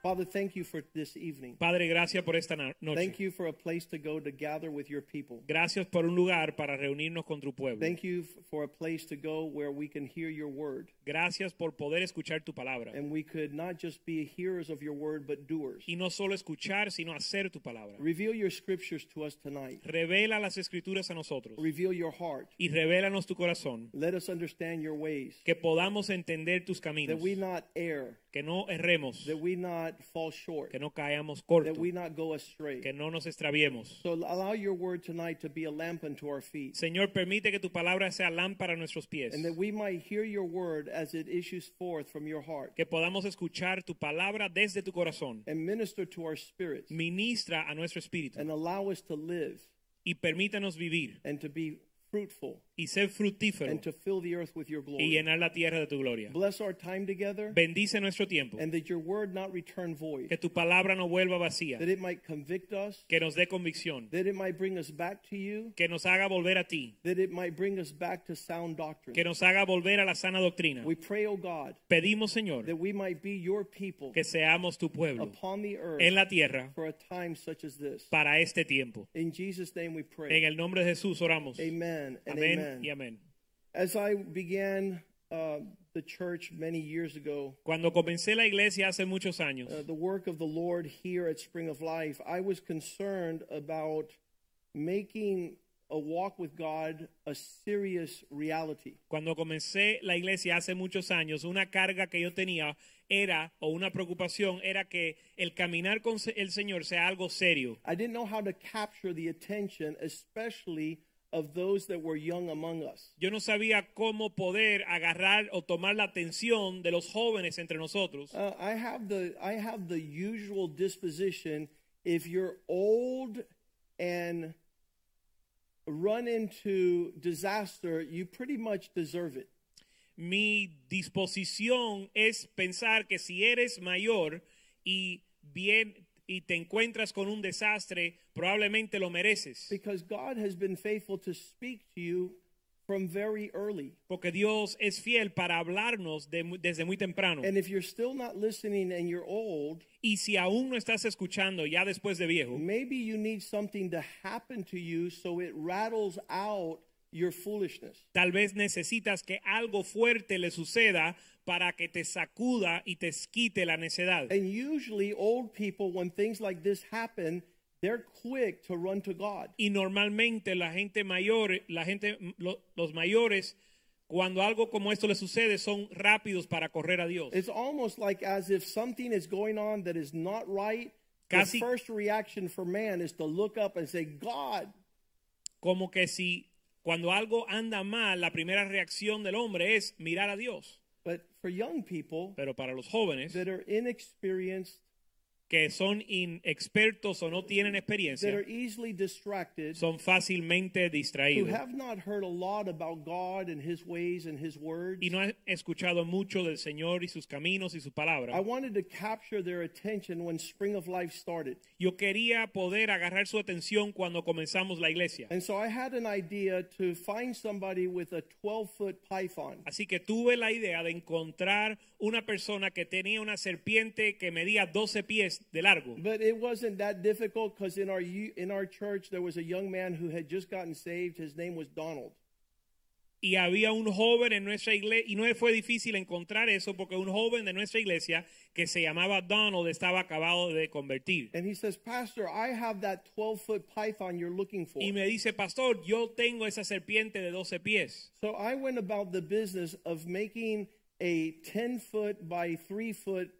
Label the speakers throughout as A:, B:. A: Father, thank you for this evening.
B: Padre, gracias por esta na- noche.
A: Thank you for a place to go to gather with your people.
B: Gracias por un lugar para reunirnos con tu pueblo.
A: Thank you f- for a place to go where we can hear your word
B: Gracias por poder escuchar tu palabra.
A: and we could not just be hearers of your word but doers.
B: Y no solo escuchar, sino hacer tu palabra.
A: Reveal your scriptures to us tonight.
B: Revela las escrituras a nosotros.
A: Reveal your heart.
B: Y revélanos tu corazón.
A: Let us understand your ways.
B: Que podamos entender tus caminos.
A: That we not err,
B: Que no erremos.
A: that we not fall short,
B: Que no caigamos
A: that
B: corto.
A: we not go astray.
B: Que no nos extraviemos.
A: So allow your word tonight to be a lamp unto our feet
B: Señor, permite que tu palabra sea lámpara a nuestros pies.
A: and that we might hear your word as it issues forth from your heart
B: Que podamos escuchar tu palabra desde tu corazón.
A: and minister to our spirits
B: Ministra a nuestro espíritu.
A: and allow us to live
B: Y permítanos vivir
A: and to be fruitful
B: y ser fructíferos.
A: and to fill the earth with your
B: y
A: glory.
B: llenar la tierra de tu gloria.
A: Bless our time together
B: Bendice nuestro tiempo,
A: and that your word not return void,
B: que tu palabra no vuelva vacía,
A: that it might convict us,
B: que nos dé convicción,
A: that it might bring us back to you,
B: que nos haga volver a ti,
A: that it might bring us back to sound
B: que
A: doctrine.
B: nos haga volver a la sana doctrina.
A: We pray, O God,
B: Pedimos, Señor,
A: that we might be your people
B: que seamos tu pueblo
A: upon the
B: en
A: earth
B: la tierra
A: for a time such as this.
B: para este tiempo.
A: In Jesus' name we
B: En
A: pray.
B: el nombre de Jesús oramos.
A: Amen and
B: Amén y
A: amen.
B: amén.
A: As I began uh, the church many years ago,
B: Cuando comencé la iglesia hace muchos años,
A: uh, the work of the Lord here at Spring of Life, I was concerned about making a walk with God a serious reality.
B: cuando comencé la iglesia hace muchos años, una carga que yo tenía era, o una preocupación, era que el caminar con se- el Señor sea algo serio.
A: I didn't know how to capture the attention, especially of those that were young among us.
B: Yo no sabía cómo poder agarrar o tomar la atención de los jóvenes entre nosotros.
A: Uh, I have the I have the usual disposition if you're old and run into disaster, you pretty much deserve it.
B: Mi disposición es pensar que si eres mayor y bien y te encuentras con un desastre, probablemente lo mereces,
A: Because God has been faithful to speak to you from very early.
B: porque Dios es fiel para hablarnos de mu- desde muy temprano.
A: And if you're still not listening and you're old,
B: Y si aún no estás escuchando ya después de viejo,
A: maybe you need something to happen to you so it rattles out your foolishness.
B: tal vez necesitas que algo fuerte le suceda para que te sacuda y te quite la necedad.
A: And usually, old people, when things like this happen, they're quick to run to God.
B: Y normalmente la gente mayor, la gente, lo- los mayores, cuando algo como esto les sucede, son rápidos para correr a Dios.
A: It's almost like as if something is going on that is not right.
B: Casi-
A: The first reaction for man is to look up and say, God.
B: Como que si cuando algo anda mal, la primera reacción del hombre es mirar a Dios.
A: But for young people
B: Pero para los jóvenes
A: that are inexperienced,
B: que son inexpertos o no tienen
A: that
B: experiencia,
A: are easily distracted,
B: son fácilmente
A: who
B: distraídos
A: have not heard a lot about God and His ways and His words,
B: y no han escuchado mucho del Señor y sus caminos y su
A: I
B: palabra.
A: wanted to capture their attention when Spring of Life started.
B: Yo quería poder agarrar su atención cuando comenzamos la iglesia.
A: And so I had an idea to find somebody with a 12 foot python.
B: Así que tuve la idea de encontrar una persona que tenía una serpiente que medía 12 pies de largo.
A: But it wasn't that difficult because in our you- in our church there was a young man who had just gotten saved. His name was Donald,
B: Y había un joven en nuestra iglesia, y no fue difícil encontrar eso porque un joven de nuestra iglesia que se llamaba Donald estaba acabado de convertir.
A: and he says, "Pastor, I have that 12 foot python you're looking for."
B: Y me dice, pastor, yo tengo esa serpiente de 12 pies.
A: So I went about the business of making a 10 foot by 3 foot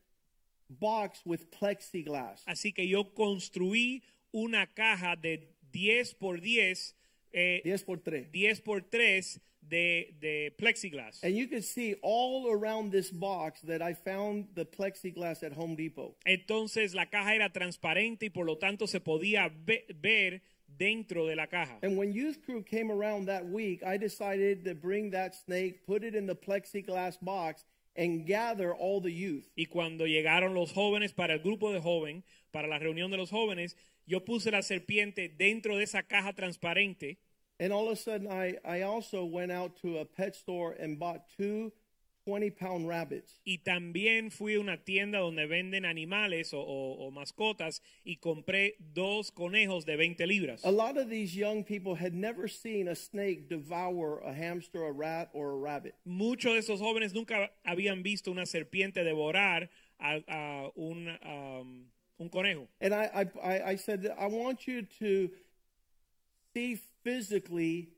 A: box with plexiglass.
B: Así que yo construí una caja de 10 por 10, eh,
A: 10 por 3.
B: 10 por 3 de, de plexiglas.
A: And you could see all around this box that I found the plexiglass at Home Depot.
B: Entonces la caja era transparente y por lo tanto se podía ve- ver dentro de la caja.
C: And when youth crew came around that week, I decided to bring that snake, put it in the plexiglass box, and gather all the youth.
B: Y cuando llegaron los jóvenes para el grupo de joven, para la reunión de los jóvenes, yo puse la serpiente dentro de esa caja transparente
C: And all of a sudden, I, I also went out to a pet store and bought two 20 pound rabbits.
B: y también fui a una tienda donde venden animales o, o- o mascotas y compré dos conejos de 20 libras.
C: A lot of these young people had never seen a snake devour a hamster, a rat, or a rabbit.
B: Muchos de esos jóvenes nunca habían visto una serpiente devorar a, a un, um, un conejo.
C: And I, I, I- I said, I want you to see physically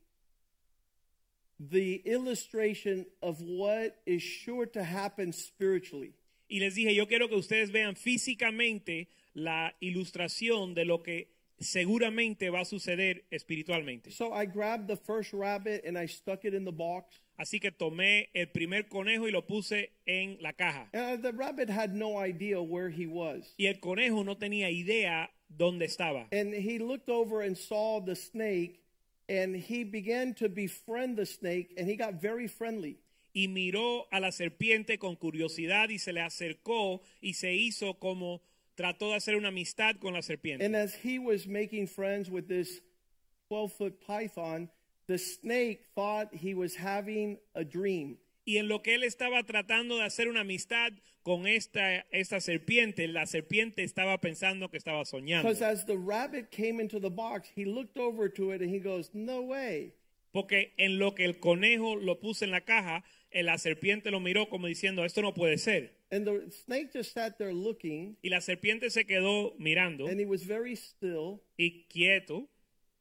C: the illustration of what is sure to happen spiritually.
B: Y les dije, yo quiero que ustedes vean físicamente la ilustración de lo que seguramente va a suceder espiritualmente.
C: So I grabbed the first rabbit and I stuck it in the box.
B: Así que tomé el primer conejo y lo puse en la caja.
C: And the rabbit had no idea where he was.
B: Y el conejo no tenía idea dónde estaba.
C: And he looked over and saw the snake, and he began to befriend the snake, and he got very friendly.
B: Y miró a la serpiente con curiosidad y se le acercó y se hizo como trató de hacer una amistad con la
C: And
B: serpiente.
C: as he was making friends with this 12 foot python, the snake thought he was having a dream.
B: Y en lo que él estaba tratando de hacer una amistad con esta, esta serpiente, la serpiente estaba pensando que estaba soñando.
C: Because as the rabbit came into the box, he looked over to it and he goes, No way.
B: Porque en lo que el conejo lo puso en la caja, eh, la serpiente lo miró como diciendo, esto no puede ser.
C: And the snake just sat there looking,
B: Y la serpiente se quedó mirando
C: and he was very still.
B: y quieto,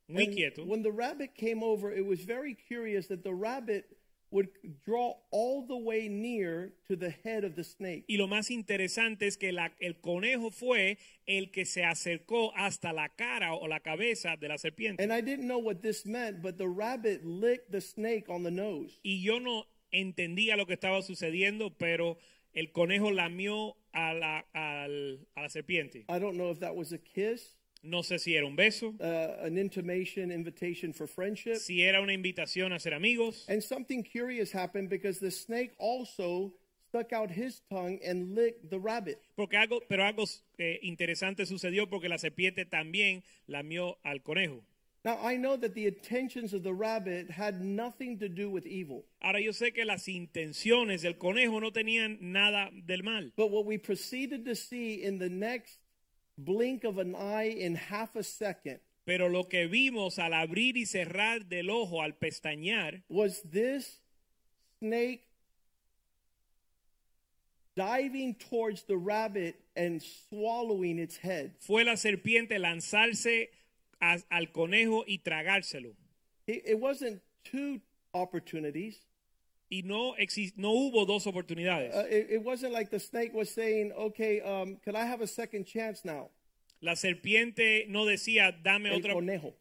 B: muy
C: And
B: quieto.
C: When the rabbit came over, it was very curious that the rabbit would draw all the way near to the head of the snake.
B: Y lo más interesante es que la- el conejo fue el que se acercó hasta la cara o la cabeza de la serpiente.
C: And I didn't know what this meant, but the rabbit licked the snake on the nose.
B: Y yo no entendía lo que estaba sucediendo, pero el conejo lamió a la, al- a la serpiente.
C: I don't know if that was a kiss,
B: No sé si era un beso,
C: uh, an intimation, invitation for friendship.
B: si era una invitación a ser amigos.
C: And something curious happened because the snake also stuck out his tongue and licked the rabbit.
B: Porque algo, pero algo eh, interesante sucedió porque la serpiente también lamió al conejo.
C: Now, I know that the intentions of the rabbit had nothing to do with evil.
B: Ahora yo sé que las intenciones del conejo no tenían nada del mal,
C: But what we proceeded to see in the next blink of an eye in half a second
B: pero lo que vimos al abrir y cerrar del ojo, al pestañear,
C: was this snake diving towards the rabbit and swallowing its head.
B: fue la serpiente lanzarse a- al conejo y tragárselo.
C: It, it wasn't two opportunities.
B: Y no, exis- no hubo dos oportunidades.
C: Uh, it, it wasn't like the snake was saying, okay, um, could I have a second chance now?
B: La serpiente no decía, dame
C: El
B: otra.
C: conejo.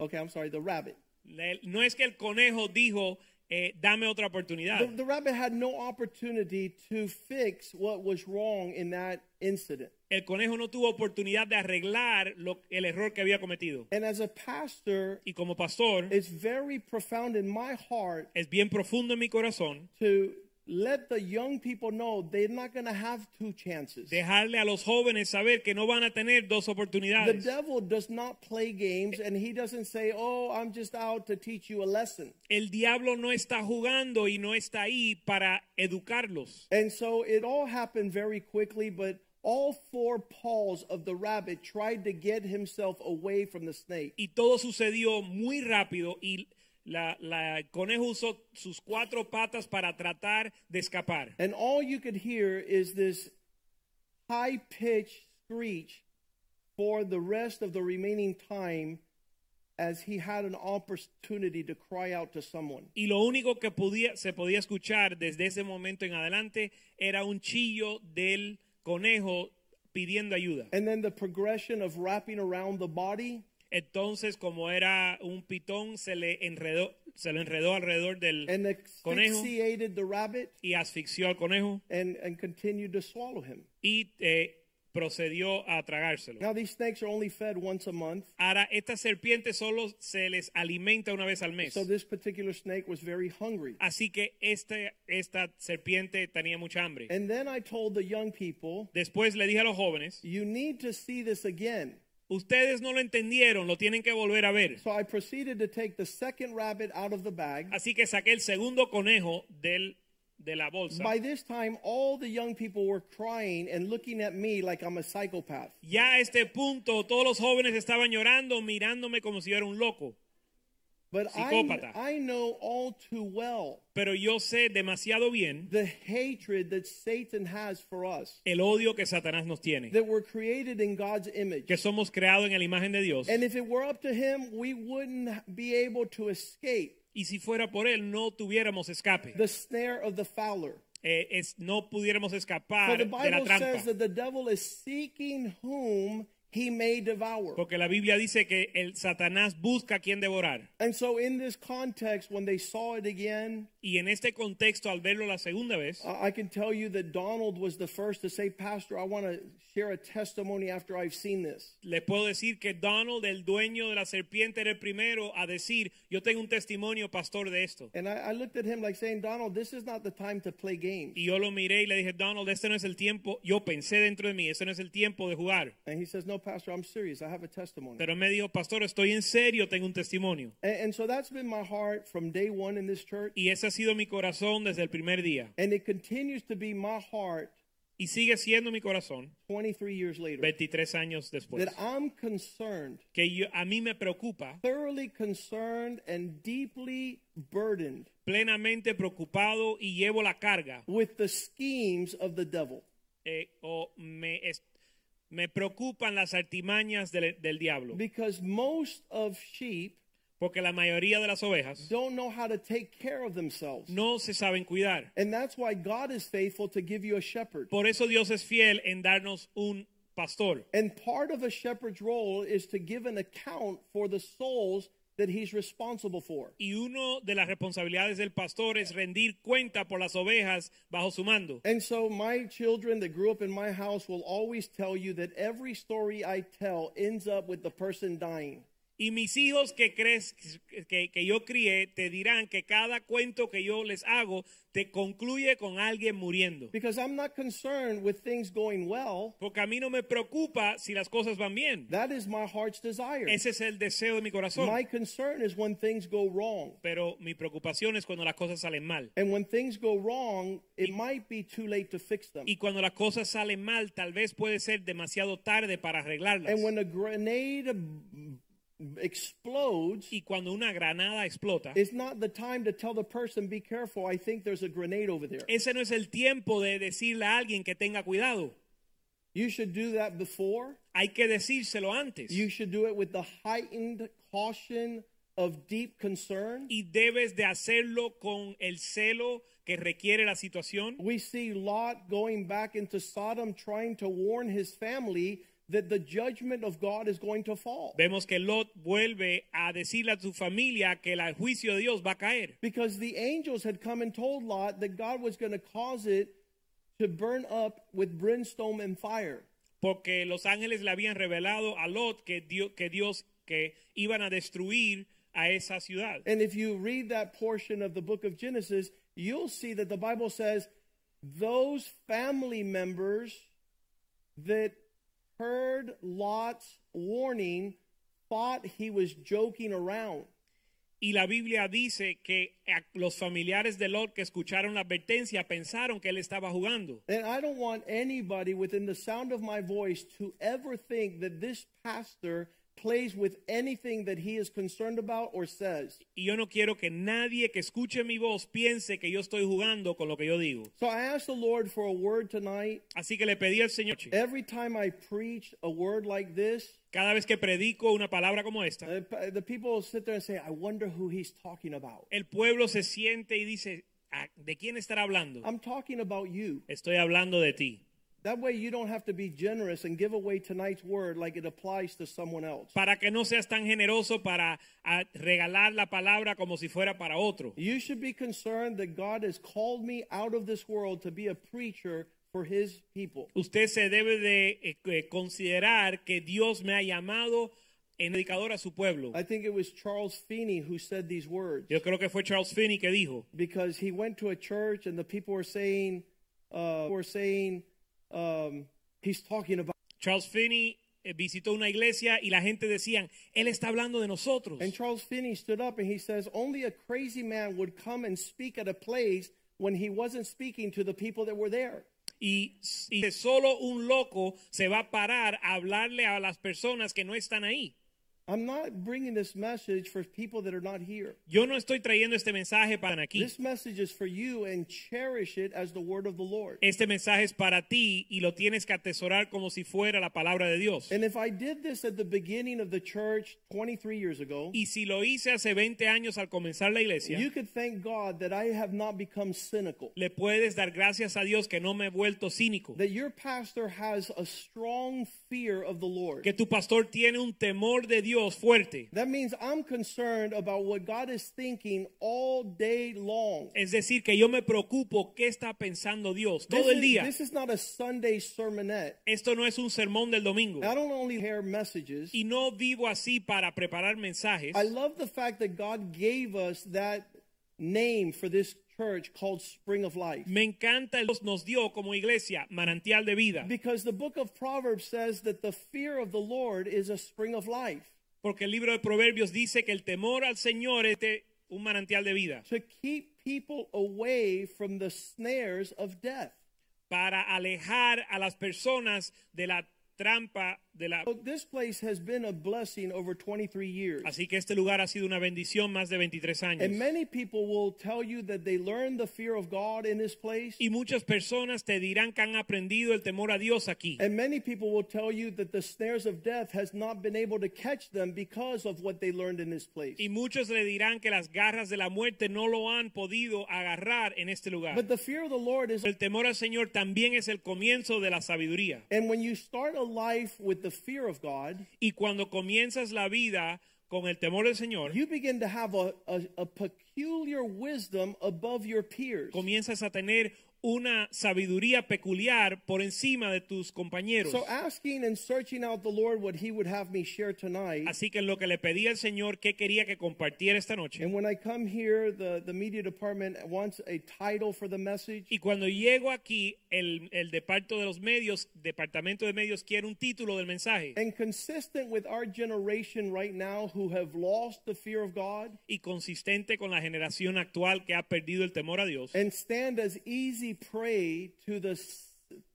C: Okay, I'm sorry, the rabbit.
B: Le- No es que el conejo dijo, eh, dame otra oportunidad.
C: The, the rabbit had no opportunity to fix what was wrong in that incident.
B: El conejo no tuvo oportunidad de arreglar lo- el error que había cometido.
C: And as a pastor,
B: Y como pastor,
C: it's very profound in my heart
B: es bien profundo en mi corazón
C: to let the young people know they're not going to have two chances.
B: dejarle a los jóvenes saber que no van a tener dos
C: The
B: oportunidades.
C: devil does not play games, and he doesn't say, Oh, I'm just out to teach you a lesson.
B: El diablo no está jugando y no está ahí para educarlos.
C: And so it all happened very quickly, but all four paws of the rabbit tried to get himself away from the snake.
B: Y todo sucedió muy rápido y la, la- el conejo usó sus cuatro patas para tratar de escapar.
C: And all you could hear is this high pitched screech for the rest of the remaining time as he had an opportunity to cry out to someone.
B: Y lo único que podía, se podía escuchar desde ese momento en adelante era un chillo del conejo pidiendo ayuda.
C: And then the progression of wrapping around the body
B: Entonces, como era un pitón, se le enredó, se lo enredó alrededor del
C: and
B: conejo
C: asphyxiated the rabbit
B: y asfixió al conejo
C: and, and continued to swallow him.
B: y eh, procedió a tragárselo.
C: Now, these snakes are only fed once a month.
B: Ahora, estas serpientes solo se les alimenta una vez al mes.
C: So, this particular snake was very hungry.
B: Así que este, esta serpiente tenía mucha hambre.
C: And then I told the young people,
B: Después le dije a los jóvenes,
C: you need to see this again.
B: ustedes no lo entendieron, lo tienen que volver a ver.
C: So, I proceeded to take the second rabbit out of the bag.
B: Así que saqué el segundo conejo del, de la bolsa.
C: By this time, all the young people were crying and looking at me like I'm a psychopath.
B: Ya a este punto, todos los jóvenes estaban llorando, mirándome como si yo era un loco.
C: But I,
B: Psicópata.
C: I know all too well
B: Pero yo sé demasiado bien
C: the hatred that Satan has for us,
B: el odio que Satanás nos tiene,
C: that we're created in God's
B: que
C: image.
B: somos creados en la imagen de Dios.
C: And if it were up to him, we wouldn't be able to escape
B: Y si fuera por él, no tuviéramos escape.
C: the snare of the fowler.
B: Eh, es, no pudiéramos
C: For
B: escapar
C: the
B: de la
C: Bible says
B: trampa.
C: that the devil is seeking whom he may devour.
B: Porque la Biblia dice que el Satanás busca a quien devorar.
C: And so, in this context, when they saw it again,
B: Y en este contexto, al verlo la segunda vez,
C: I I can tell you that Donald was the first to say, Pastor, I want to share a testimony after I've seen this.
B: les puedo decir que Donald, el dueño de la serpiente, era el primero a decir, yo tengo un testimonio, pastor, de esto.
C: And I, I looked at him like saying, Donald, this is not the time to play games.
B: Y yo lo miré y le dije, Donald, este no es el tiempo. Yo pensé dentro de mí, este no es el tiempo de jugar.
C: And he says, No, Pastor, I'm serious. I have a testimony.
B: Pero él me dijo, pastor, estoy en serio, tengo un testimonio.
C: and, and so that's been my heart from day one in this church.
B: Y ese ha sido mi corazón desde el primer día.
C: And it continues to be my heart
B: Y sigue siendo mi corazón
C: 23 years later
B: 23 años después.
C: that I'm concerned,
B: Que yo- a mí me preocupa,
C: thoroughly concerned, and deeply burdened
B: plenamente preocupado y llevo la carga.
C: with the schemes of the devil.
B: eh, o me, es- me preocupan las artimañas del, del diablo.
C: Because most of sheep
B: Porque la mayoría de las ovejas
C: don't know how to take care of themselves.
B: no se saben cuidar.
C: And that's why God is faithful to give you a shepherd.
B: Por eso Dios es fiel en darnos un pastor.
C: And part of a shepherd's role is to give an account for the souls that he's responsible for.
B: Y una de las responsabilidades del pastor es rendir cuenta por las ovejas bajo su mando.
C: And so my children that grew up in my house will always tell you that every story I tell ends up with the person dying.
B: Y mis hijos que, crees, que, que yo crié te dirán que cada cuento que yo les hago te concluye con alguien muriendo.
C: Because I'm not concerned with things going well.
B: Porque a mí no me preocupa si las cosas van bien.
C: That is my heart's desire.
B: Ese es el deseo de mi corazón.
C: My concern is when things go wrong.
B: Pero mi preocupación es cuando las cosas salen mal.
C: And when things go wrong, it might be too late to fix them.
B: Y cuando las cosas salen mal, tal vez puede ser demasiado tarde para arreglarlas.
C: And when a grenade b- explodes,
B: Y cuando una granada explota,
C: it's not the time to tell the person, be careful, I think there's a grenade over there.
B: ese no es el tiempo de decirle a alguien que tenga cuidado.
C: You should do that before.
B: Hay que decírselo antes.
C: You should do it with the heightened caution of deep concern.
B: y debes de hacerlo con el celo que requiere la situación.
C: We see Lot going back into Sodom trying to warn his family that the judgment of God is going to fall.
B: Vemos que Lot vuelve a decirle a su familia que el juicio de Dios va a caer.
C: Because the angels had come and told Lot that God was going to cause it to burn up with brimstone and fire.
B: Porque los ángeles le habían revelado a Lot que Dios, que Dios que iban a destruir a esa ciudad.
C: And if you read that portion of the book of Genesis, you'll see that the Bible says those family members that heard Lot's warning thought he was joking around.
B: Y la Biblia dice que a- los familiares de Lot que escucharon la advertencia pensaron que él estaba jugando.
C: And I don't want anybody within the sound of my voice to ever think that this pastor plays with anything that he is concerned about or says.
B: Y yo no quiero que nadie que escuche mi voz piense que yo estoy jugando con lo que yo digo.
C: So I asked the Lord for a word tonight.
B: Así que le pedí al Señor,
C: Every time I preach a word like this,
B: cada vez que predico una palabra como esta,
C: uh, p- the people sit there and say, I wonder who he's talking about.
B: el pueblo se siente y dice, "Ah, ¿de quién estará hablando?
C: I'm talking about you.
B: Estoy hablando de ti.
C: That way you don't have to be generous and give away tonight's word like it applies to someone else.
B: Para que no seas tan generoso para ah, regalar la palabra como si fuera para otro.
C: You should be concerned that God has called me out of this world to be a preacher for his people.
B: Usted se debe de eh, eh, considerar que Dios me ha llamado en predicador a su pueblo.
C: I think it was Charles Feeney who said these words
B: Yo creo que fue Charles Finney que dijo,
C: because he went to a church and the people were saying, uh, were saying, um, he's talking about.
B: Charles Finney eh, visitó una iglesia y la gente decían, él está hablando de nosotros.
C: And Charles Finney stood up and he says, only a crazy man would come and speak at a place when he wasn't speaking to the people that were there.
B: Y, y que solo un loco se va a parar a hablarle a las personas que no están ahí.
C: I'm not bringing this message for people that are not here.
B: Yo no estoy trayendo este mensaje para aquí.
C: This message is for you and cherish it as the word of the Lord.
B: Este mensaje es para ti y lo tienes que atesorar como si fuera la palabra de Dios.
C: And if I did this at the beginning of the church 23 years ago,
B: Y si lo hice hace 20 años al comenzar la iglesia,
C: you could thank God that I have not become cynical.
B: le puedes dar gracias a Dios que no me he vuelto cínico.
C: That your pastor has a strong fear of the Lord.
B: Que tu pastor tiene un temor de Dios fuerte.
C: That means I'm concerned about what God is thinking all day long.
B: Es decir, que yo me preocupo qué está pensando Dios
C: This
B: todo el
C: is,
B: día.
C: this is not a Sunday sermonette.
B: Esto no es un sermón del domingo.
C: I don't only hear messages.
B: Y no vivo así para preparar mensajes.
C: I love the fact that God gave us that name for this church called Spring of Life.
B: Me encanta el Dios nos dio como iglesia manantial de vida.
C: Because the book of Proverbs says that the fear of the Lord is a spring of life.
B: Porque el libro de Proverbios dice que el temor al Señor es de- un manantial de vida
C: To keep people away from the snares of death.
B: para alejar a las personas de la trampa de la
C: So this place has been a blessing over 23 years.
B: Así que este lugar ha sido una bendición más de 23
C: And
B: años.
C: many people will tell you that they learned the fear of God in this place.
B: Y muchas personas te dirán que han aprendido el temor a Dios aquí.
C: And many people will tell you that the snares of death has not been able to catch them because of what they learned in this place.
B: Y muchos le dirán que las garras de la muerte no lo han podido agarrar en este lugar.
C: But the fear of the Lord is
B: El temor al Señor también es el comienzo de la sabiduría.
C: and when you start a life with the fear of God,
B: Y cuando comienzas la vida con el temor del Señor,
C: you begin to have a, a, a peculiar wisdom above your peers.
B: comienzas a tener una sabiduría peculiar por encima de tus compañeros.
C: So asking and searching out the Lord what he would have me share tonight.
B: Así que lo que le pedí al Señor que quería que compartiera esta noche.
C: And when I come here, the, the media department wants a title for the message.
B: Y cuando llego aquí, el, el departamento de los medios, departamento de medios quiere un título del mensaje.
C: And consistent with our generation right now who have lost the fear of God
B: Y consistente con la generación actual que ha perdido el temor a Dios.
C: and stand as easy prey to the s-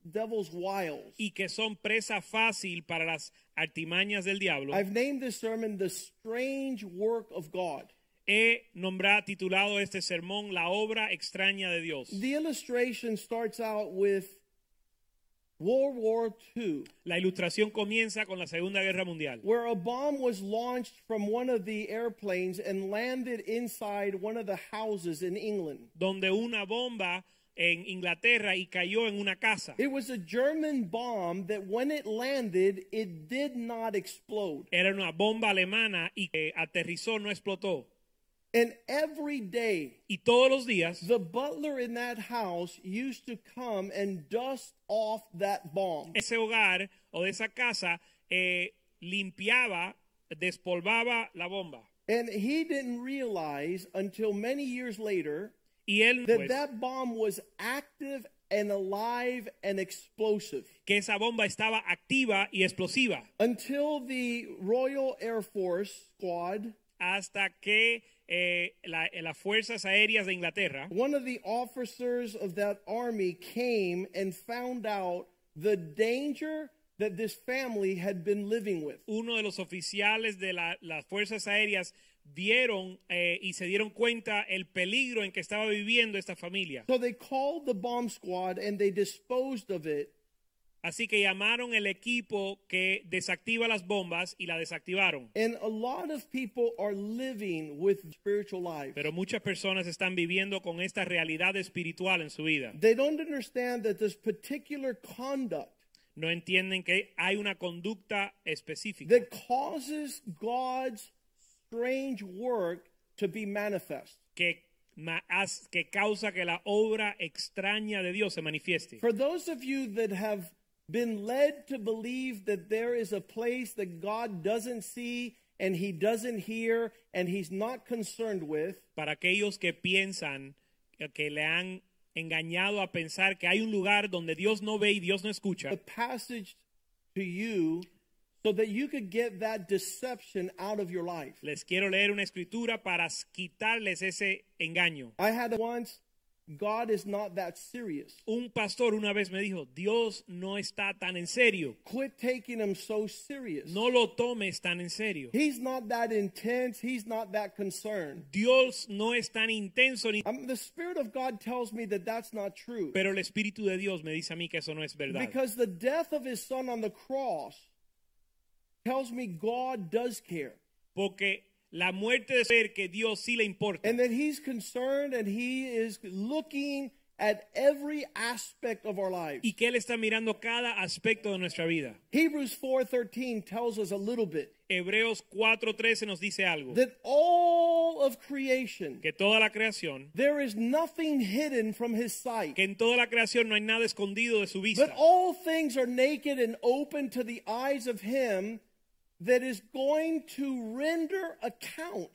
C: devil's wiles.
B: Y que son presa fácil para las artimañas del diablo.
C: I've named this sermon The Strange Work of God.
B: He nombrado, titulado este sermón, La obra extraña de Dios.
C: The illustration starts out with World War II,
B: La ilustración comienza con la Segunda Guerra Mundial.
C: where a bomb was launched from one of the airplanes and landed inside one of the houses in England.
B: Donde una bomba en Inglaterra y cayó en una casa.
C: It was a German bomb that when it landed, it did not explode.
B: Era una bomba alemana y que aterrizó, no explotó.
C: And every day,
B: Y todos los días
C: the butler in that house used to come and dust off that bomb.
B: ese hogar o de esa casa eh, limpiaba, despolvaba la bomba.
C: And he didn't realize until many years later
B: Y él
C: that
B: pues,
C: that bomb was active and alive and explosive.
B: que esa bomba estaba activa y explosiva
C: Until the Royal Air Force squad,
B: hasta que eh, la- las fuerzas aéreas de Inglaterra,
C: one of the officers of that army came and found out the danger that this family had been living with.
B: uno de los oficiales de la- las fuerzas aéreas vieron eh, y se dieron cuenta el peligro en que estaba viviendo esta familia.
C: So they called the bomb squad and they disposed of it.
B: Así que llamaron el equipo que desactiva las bombas y la desactivaron.
C: And a lot of people are living with spiritual life.
B: Pero muchas personas están viviendo con esta realidad espiritual en su vida.
C: They don't understand that this particular conduct
B: No entienden que hay una conducta específica
C: that causes God's strange work to be manifest.
B: que ma- haz- que causa que la obra extraña de Dios se manifieste.
C: For those of you that have been led to believe that there is a place that God doesn't see and he doesn't hear and he's not concerned with,
B: Para aquellos que piensan eh, que le han engañado a pensar que hay un lugar donde Dios no ve y Dios no escucha,
C: the passage to you so that you could get that deception out of your life.
B: les quiero leer una escritura para s- quitarles ese engaño.
C: I had once, God is not that serious.
B: Un pastor una vez me dijo, Dios no está tan en serio,
C: Quit taking him so serious.
B: no lo tomes tan en serio.
C: He's not that intense. He's not that concerned.
B: Dios no es tan intenso, ni-
C: Um, the Spirit of God tells me that that's not true.
B: pero el Espíritu de Dios me dice a mí que eso no es verdad.
C: Because the death of his son on the cross tells me God does care.
B: Porque la muerte de ser que Dios sí le importa.
C: And that he's concerned and he is looking at every aspect of our lives.
B: y que Él está mirando cada aspecto de nuestra vida.
C: Hebrews 4:13 tells us a little bit
B: Hebreos 4.13 nos dice algo.
C: that all of creation
B: Que toda la creación,
C: there is nothing hidden from his sight.
B: que en toda la creación no hay nada escondido de su
C: But
B: vista.
C: all things are naked and open to the eyes of him that is going to render account.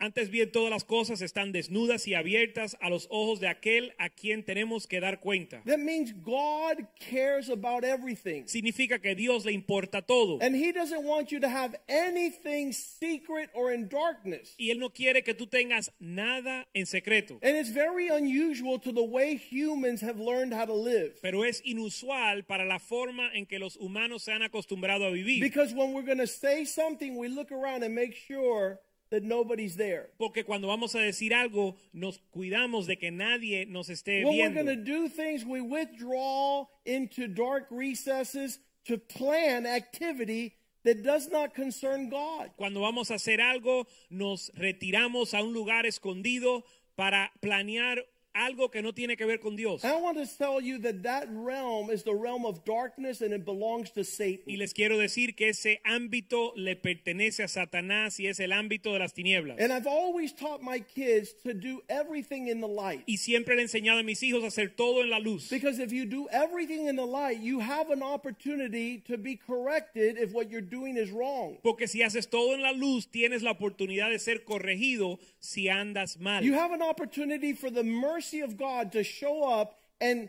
B: Antes bien, todas las cosas están desnudas y abiertas a los ojos de aquel a quien tenemos que dar cuenta.
C: That means God cares about everything.
B: Significa que Dios le importa todo.
C: And he doesn't want you to have anything secret or in darkness.
B: Y Él no quiere que tú tengas nada en secreto.
C: And it's very unusual to the way humans have learned how to live.
B: Pero es inusual para la forma en que los humanos se han acostumbrado a vivir.
C: Because when we're going to say something, we look around and make sure that nobody's there.
B: Porque cuando vamos a decir algo, nos cuidamos de que nadie nos esté
C: When we're
B: viendo.
C: going to do things, we withdraw into dark recesses to plan activity that does not concern God.
B: Cuando vamos a hacer algo, nos retiramos a un lugar escondido para planear algo que no tiene que ver con Dios.
C: And I want to tell you that that realm is the realm of darkness and it belongs to
B: Y
C: Satan.
B: les quiero decir que ese ámbito le pertenece a Satanás y es el ámbito de las tinieblas.
C: And I've always taught my kids to do everything in the light.
B: Y siempre le he enseñado a mis hijos a hacer todo en la luz.
C: Because if you do everything in the light, you have an opportunity to be corrected if what you're doing is wrong.
B: Porque si haces todo en la luz, tienes la oportunidad de ser corregido si andas mal.
C: You have an opportunity for the mercy of God to show up and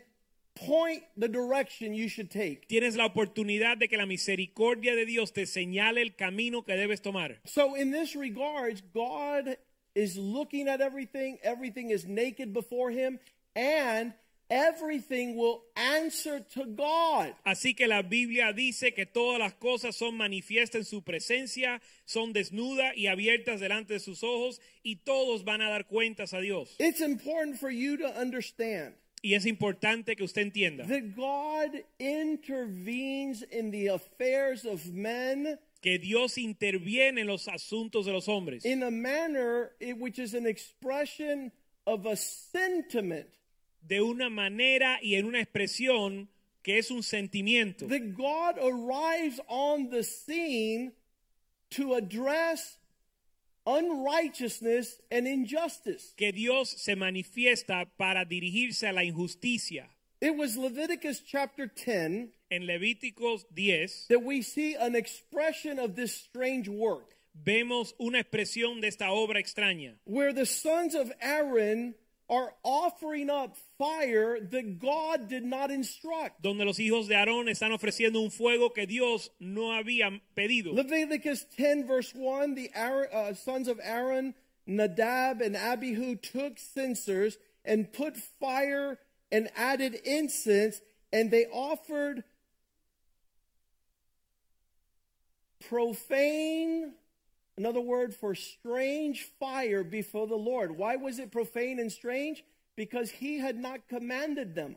C: point the direction you should take.
B: Tienes la oportunidad de que la misericordia de Dios te señale el camino que debes tomar.
C: So, in this regards, God is looking at everything, everything is naked before Him, and everything will answer to God.
B: Así que la Biblia dice que todas las cosas son manifiestas en su presencia, son desnudas y abiertas delante de sus ojos y todos van a dar cuentas a Dios.
C: It's important for you to understand
B: Y es importante que usted entienda
C: that God intervenes in the affairs of men
B: que Dios interviene en los asuntos de los hombres
C: in a manner in- which is an expression of a sentiment
B: de una manera y en una expresión que es un sentimiento.
C: that God arrives on the scene to address unrighteousness and injustice.
B: Que Dios se manifiesta para dirigirse a la injusticia.
C: It was Leviticus chapter 10
B: En Levíticos 10
C: that we see an expression of this strange work
B: vemos una expresión de esta obra extraña.
C: where the sons of Aaron are offering up fire that God did not instruct.
B: donde los hijos de Aarón están ofreciendo un fuego que Dios no había pedido.
C: Leviticus 10, verse 1 the Aaron, uh, sons of Aaron, Nadab, and Abihu took censers and put fire and added incense, and they offered profane, another word for strange fire before the Lord. Why was it profane and strange? Because he had not commanded them.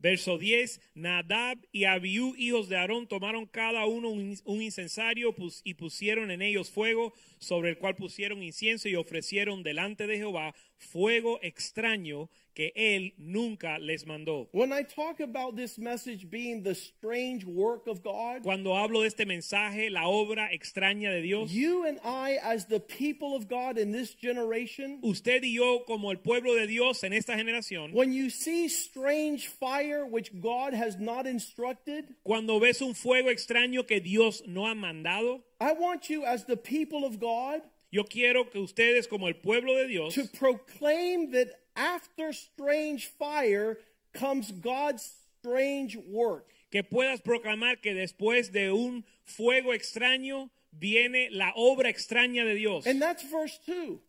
B: Verso 10, Nadab y Abiú, hijos de Aarón, tomaron cada uno un, un incensario pus- y pusieron en ellos fuego, sobre el cual pusieron incienso y ofrecieron delante de Jehová fuego extraño que Él nunca les mandó.
C: When I talk about this message being the strange work of God,
B: Cuando hablo de este mensaje, la obra extraña de Dios,
C: you and I, as the people of God in this generation,
B: usted y yo como el pueblo de Dios en esta generación,
C: when you see strange fire which God has not instructed,
B: cuando ves un fuego extraño que Dios no ha mandado,
C: I want you, as the people of God,
B: yo quiero que ustedes como el pueblo de Dios
C: to proclaim that after strange fire comes God's strange work.
B: que puedas proclamar que después de un fuego extraño viene la obra extraña de Dios.
C: And that's verse 2,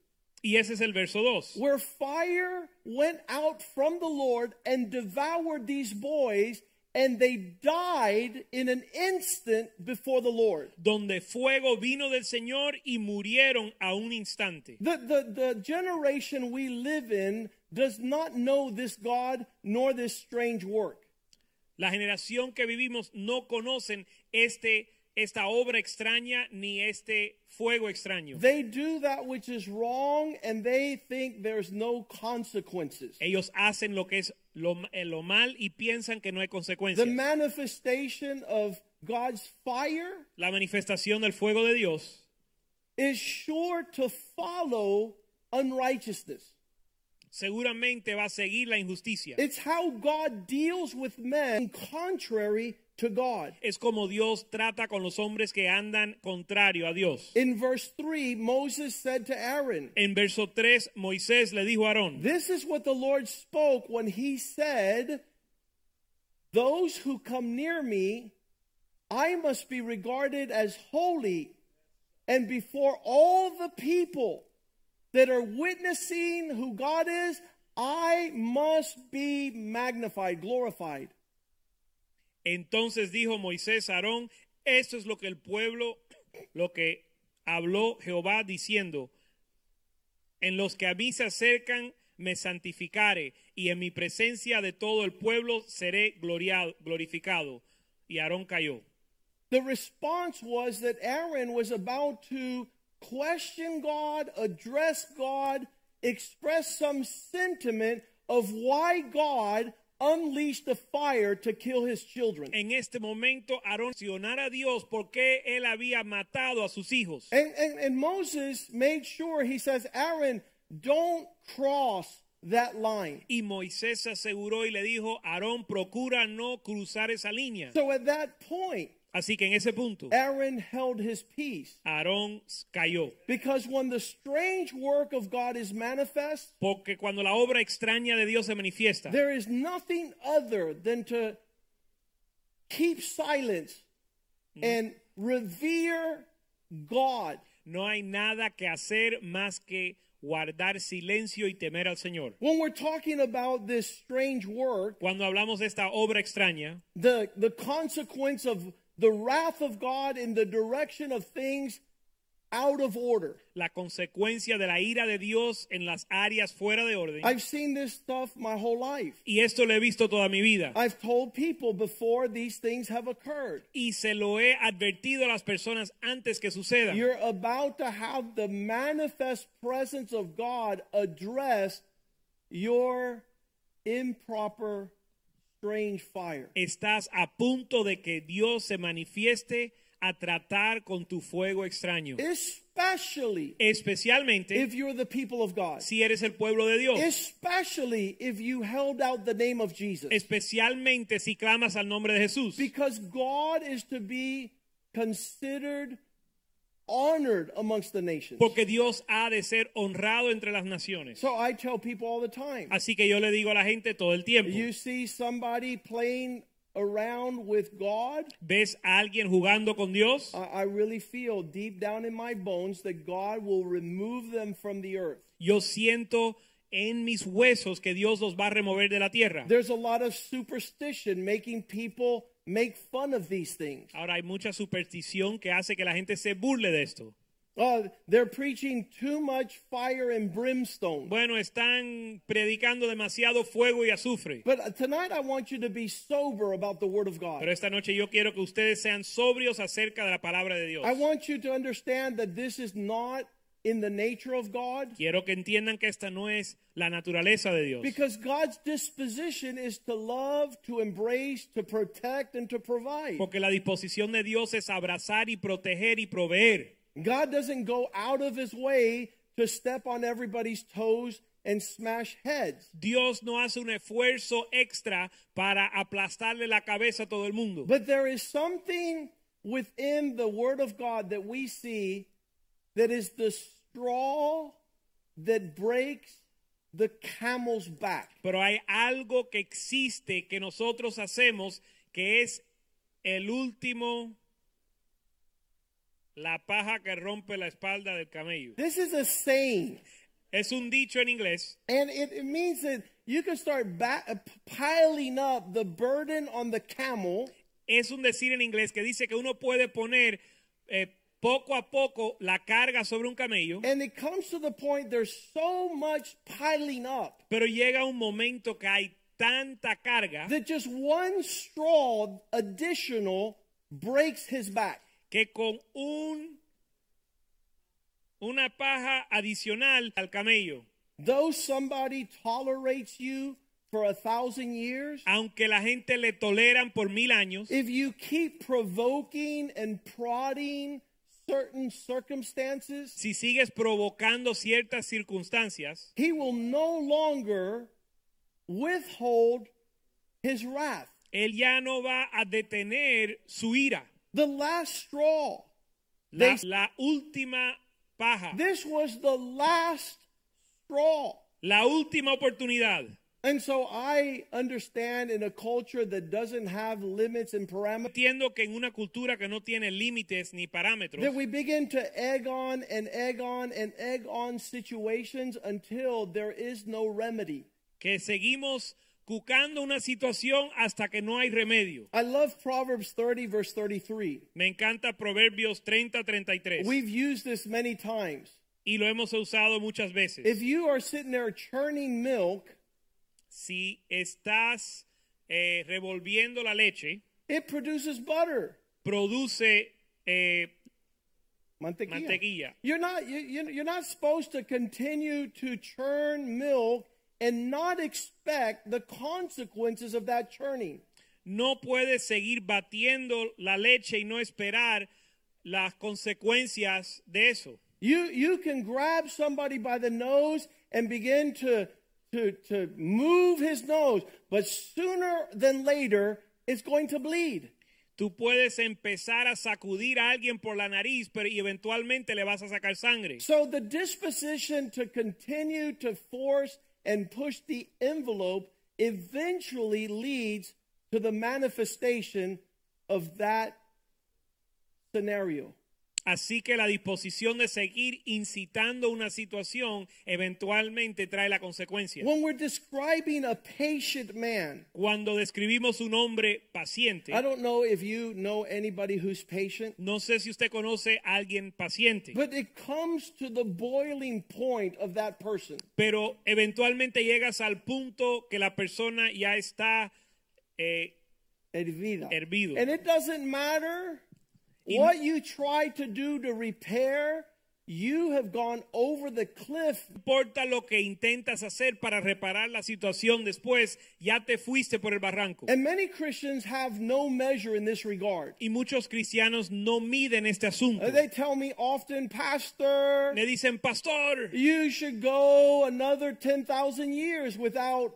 B: Y ese es el verso 2.
C: where fire went out from the Lord and devoured these boys, and they died in an instant before the Lord.
B: Donde fuego vino del Señor y murieron a un instante.
C: The, the, the generation we live in does not know this God nor this strange work.
B: La generación que vivimos no conocen este, esta obra extraña ni este fuego extraño.
C: They do that which is wrong and they think there's no consequences.
B: Ellos hacen lo que es lo, eh, lo mal y piensan que no hay
C: The
B: consecuencias.
C: manifestation of God's fire
B: La manifestación del fuego de Dios
C: is sure to follow unrighteousness.
B: seguramente va a seguir la injusticia.
C: It's how God deals with men contrary to God.
B: Es como Dios trata con los hombres que andan contrario a Dios.
C: In verse 3, Moses said to Aaron,
B: En verso 3, Moisés le dijo a Aarón,
C: This is what the Lord spoke when he said, Those who come near me, I must be regarded as holy, and before all the people that are witnessing who God is, I must be magnified, glorified.
B: entonces dijo Moisés a Aarón, esto es lo que el pueblo, lo que habló Jehová diciendo, en los que a mí se acercan me santificaré y en mi presencia de todo el pueblo seré gloriado- glorificado. Y Aarón cayó.
C: The response was that Aaron was about to question God, address God, express some sentiment of why God unleashed the fire to kill his children.
B: En este momento Aarón cuestionara a Dios por qué él había matado a sus hijos.
C: And, and, and Moses made sure, he says, Aaron, don't cross that line.
B: Y Moisés se aseguró y le dijo, Aarón, procura no cruzar esa línea.
C: So at that point,
B: Así que en ese punto,
C: Aaron held his peace.
B: Aarón cayó.
C: Because when the strange work of God is manifest,
B: Porque cuando la obra extraña de Dios se manifiesta,
C: There is nothing other than to keep silence and revere God.
B: no hay nada que hacer más que guardar silencio y temer al Señor.
C: When we're talking about this strange work,
B: Cuando hablamos de esta obra extraña,
C: the, the consequence of the wrath of God in the direction of things out of order.
B: la consecuencia de la ira de Dios en las áreas fuera de orden,
C: I've seen this stuff my whole life.
B: y esto lo he visto toda mi vida,
C: I've told people before these things have occurred.
B: y se lo he advertido a las personas antes que suceda.
C: You're about to have the manifest presence of God address your improper, strange fire.
B: Estás a punto de que Dios se manifieste a tratar con tu fuego extraño.
C: Especially
B: Especialmente
C: if you're the people of God.
B: si eres el pueblo de Dios.
C: Especially if you held out the name of Jesus.
B: Especialmente si clamas al nombre de Jesús.
C: Because God is to be considered honored amongst the nations.
B: Porque Dios ha de ser honrado entre las naciones.
C: So I tell people all the time.
B: Así que yo le digo a la gente todo el tiempo.
C: You see somebody playing around with God,
B: ¿Ves a alguien jugando con Dios?
C: I, I really feel deep down in my bones that God will remove them from the earth.
B: Yo siento en mis huesos que Dios los va a remover de la tierra.
C: There's a lot of superstition making people make fun of these things.
B: Ahora hay mucha superstición que hace que la gente se burle de esto.
C: Uh, they're preaching too much fire and brimstone.
B: Bueno, están predicando demasiado fuego y azufre.
C: But uh, tonight I want you to be sober about the Word of
B: Pero
C: God.
B: esta noche yo quiero que ustedes sean sobrios acerca de la palabra de Dios.
C: I want you to understand that this is not in the nature of God.
B: Quiero que entiendan que esta no es la naturaleza de Dios.
C: Because God's disposition is to love, to embrace, to protect, and to provide.
B: Porque la disposición de Dios es abrazar y proteger y proveer.
C: God doesn't go out of his way to step on everybody's toes and smash heads.
B: Dios no hace un esfuerzo extra para aplastarle la cabeza a todo el mundo.
C: But there is something within the Word of God that we see that is the straw that breaks the camel's back.
B: Pero hay algo que existe que nosotros hacemos que es el último, la paja que rompe la espalda del camello.
C: This is a saying,
B: Es un dicho en inglés
C: and it, it means that you can start ba- uh, piling up the burden on the camel.
B: es un decir en inglés que dice que uno puede poner eh, poco a poco la carga sobre un camello,
C: And it comes to the point there's so much piling up
B: pero llega un momento que hay tanta carga
C: that just one straw additional breaks his back.
B: que con un una paja adicional al camello,
C: Though somebody tolerates you for a thousand years,
B: aunque la gente le toleran por mil años,
C: if you keep provoking and prodding certain circumstances,
B: si sigues provocando ciertas circunstancias,
C: he will no longer withhold his wrath.
B: él ya no va a detener su ira.
C: The last straw.
B: La,
C: They-
B: la última paja,
C: This was the last straw.
B: la última oportunidad.
C: And so I understand in a culture that doesn't have limits and parameters
B: Entiendo que en una cultura que no tiene límites ni parámetros,
C: that we begin to egg on and egg on and egg on situations until there is no remedy.
B: que seguimos cucando una situación hasta que no hay remedio.
C: I love Proverbs 30, verse 33.
B: Me encanta Proverbios 30, 33.
C: We've used this many times.
B: y lo hemos usado muchas veces.
C: If you are sitting there churning milk,
B: si estás eh, revolviendo la leche,
C: it produces butter.
B: produce eh,
C: Mantequilla.
B: Mantequilla.
C: You're not you, you- you're not supposed to continue to churn milk and not expect the consequences of that churning.
B: no puedes seguir batiendo la leche y no esperar las consecuencias de eso.
C: You you can grab somebody by the nose and begin to to to move his nose, but sooner than later it's going to bleed.
B: Tú puedes empezar a sacudir a alguien por la nariz, pero y eventualmente le vas a sacar sangre.
C: So the disposition to continue to force and push the envelope eventually leads to the manifestation of that scenario.
B: Así que la disposición de seguir incitando una situación eventualmente trae la consecuencia.
C: When we're describing a patient man,
B: Cuando describimos un hombre paciente,
C: I don't know if you know anybody who's patient,
B: no sé si usted conoce a alguien paciente,
C: but it comes to the boiling point of that person.
B: pero eventualmente llegas al punto que la persona ya está eh,
C: Hervida.
B: Hervido.
C: And it doesn't matter
B: Y-
C: what you try to do to repair, you have gone over the cliff.
B: importa lo que intentas hacer para reparar la situación después, ya te fuiste por el barranco.
C: And many Christians have no measure in this regard.
B: Y muchos cristianos no miden este asunto.
C: Uh, They tell me often, Pastor,
B: Le dicen, pastor,
C: you should go another 10,000 years without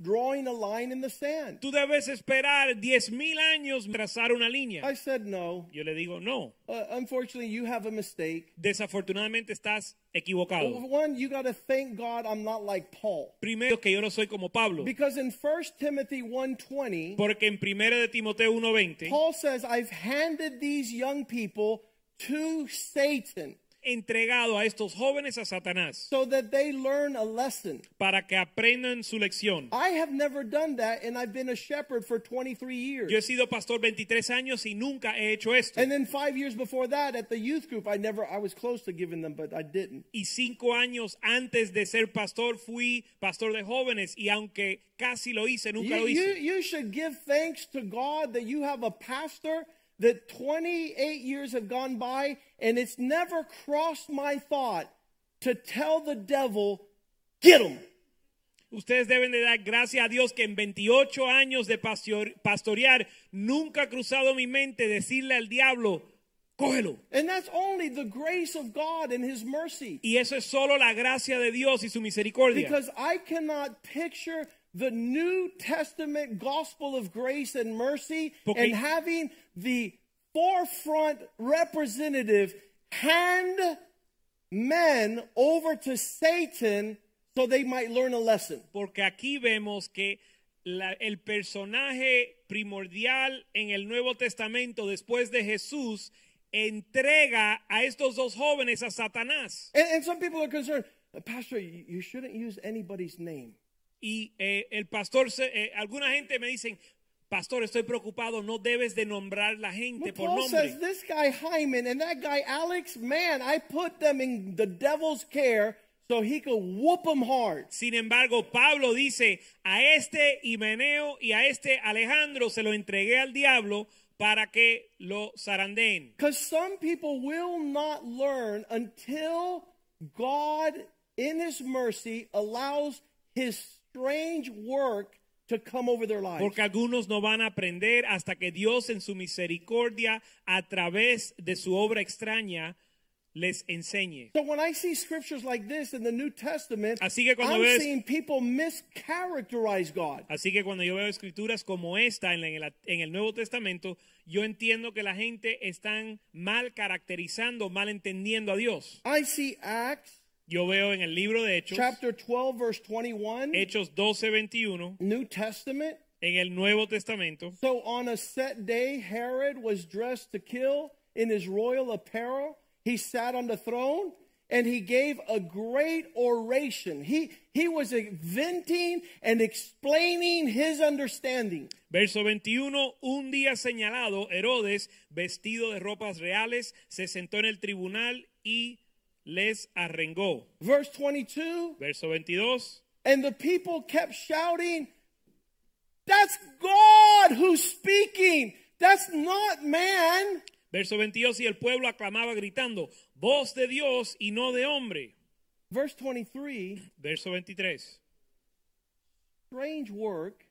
C: drawing a line in the sand.
B: tú debes esperar 10.000 años trazar una línea.
C: I said, No.
B: Yo le digo, no,
C: Uh, unfortunately, you have a mistake.
B: desafortunadamente estás equivocado.
C: One, you got to thank God I'm not like Paul.
B: Primero que yo no soy como Pablo,
C: Because in 1 Timothy 1:20,
B: porque en 1 de Timoteo 1.20
C: Paul says, I've handed these young people to Satan
B: entregado a estos jóvenes a Satanás
C: so that they learn a lesson.
B: para que aprendan su lección.
C: I have never done that, and I've been a shepherd for 23 years.
B: Yo he sido pastor 23 años y nunca he hecho esto.
C: And then five years before that, at the youth group, I never, I was close to giving them, but I didn't.
B: y cinco años antes de ser pastor fui pastor de jóvenes y aunque casi lo hice, nunca
C: You,
B: lo
C: you,
B: hice.
C: you should give thanks to God that you have a pastor that 28 years have gone by, and it's never crossed my thought to tell the devil, get him.
B: Ustedes deben de dar gracias a Dios que en 28 años de pastor- pastorear nunca ha cruzado mi mente decirle al diablo, cógelo.
C: And that's only the grace of God and his mercy.
B: Y eso es solo la gracia de Dios y su misericordia.
C: Because I cannot picture the New Testament gospel of grace and mercy
B: Porque-
C: and having the forefront representative hand men over to Satan so they might learn a lesson.
B: Porque aquí vemos que la- el personaje primordial en el Nuevo Testamento después de Jesús entrega a estos dos jóvenes a Satanás.
C: And, and some people are concerned, Pastor, you, you shouldn't use anybody's name.
B: Y eh, el pastor, se- eh, alguna gente me dicen, pastor, estoy preocupado, no debes de nombrar la gente
C: But
B: por
C: Paul
B: nombre.
C: says this guy Hyman and that guy Alex, man, I put them in the devil's care so he could whoop them hard.
B: Sin embargo, Pablo dice, a este Himeneo y a este Alejandro se lo entregué al diablo para que lo zarandeen.
C: Because some people will not learn until God, in His mercy, allows His strange work to come over their lives.
B: Porque algunos no van a aprender hasta que Dios en su misericordia, a través de su obra extraña, les enseñe.
C: So when I see scriptures like this in the New Testament,
B: Así que cuando
C: I'm
B: ves-
C: seeing people mischaracterize God.
B: Así que cuando yo veo escrituras como esta en, la- en el, en el Nuevo Testamento, yo entiendo que la gente están mal caracterizando, mal entendiendo a Dios.
C: I see Acts
B: Yo veo en el libro de Hechos,
C: chapter 12, verse 21,
B: Hechos 12, 21,
C: New Testament.
B: en el Nuevo Testamento.
C: So on a set day, Herod was dressed to kill in his royal apparel. He sat on the throne and he gave a great oration. He, he was inventing and explaining his understanding.
B: Verso 21, un día señalado, Herodes, vestido de ropas reales, se sentó en el tribunal y les arrengó.
C: Verse 22
B: Verso 22,
C: And the people kept shouting, That's God who's speaking. That's not man.
B: verso 22, y el pueblo aclamaba gritando, voz de Dios y no de hombre.
C: Verse 23
B: Verso 23,
C: Strange work.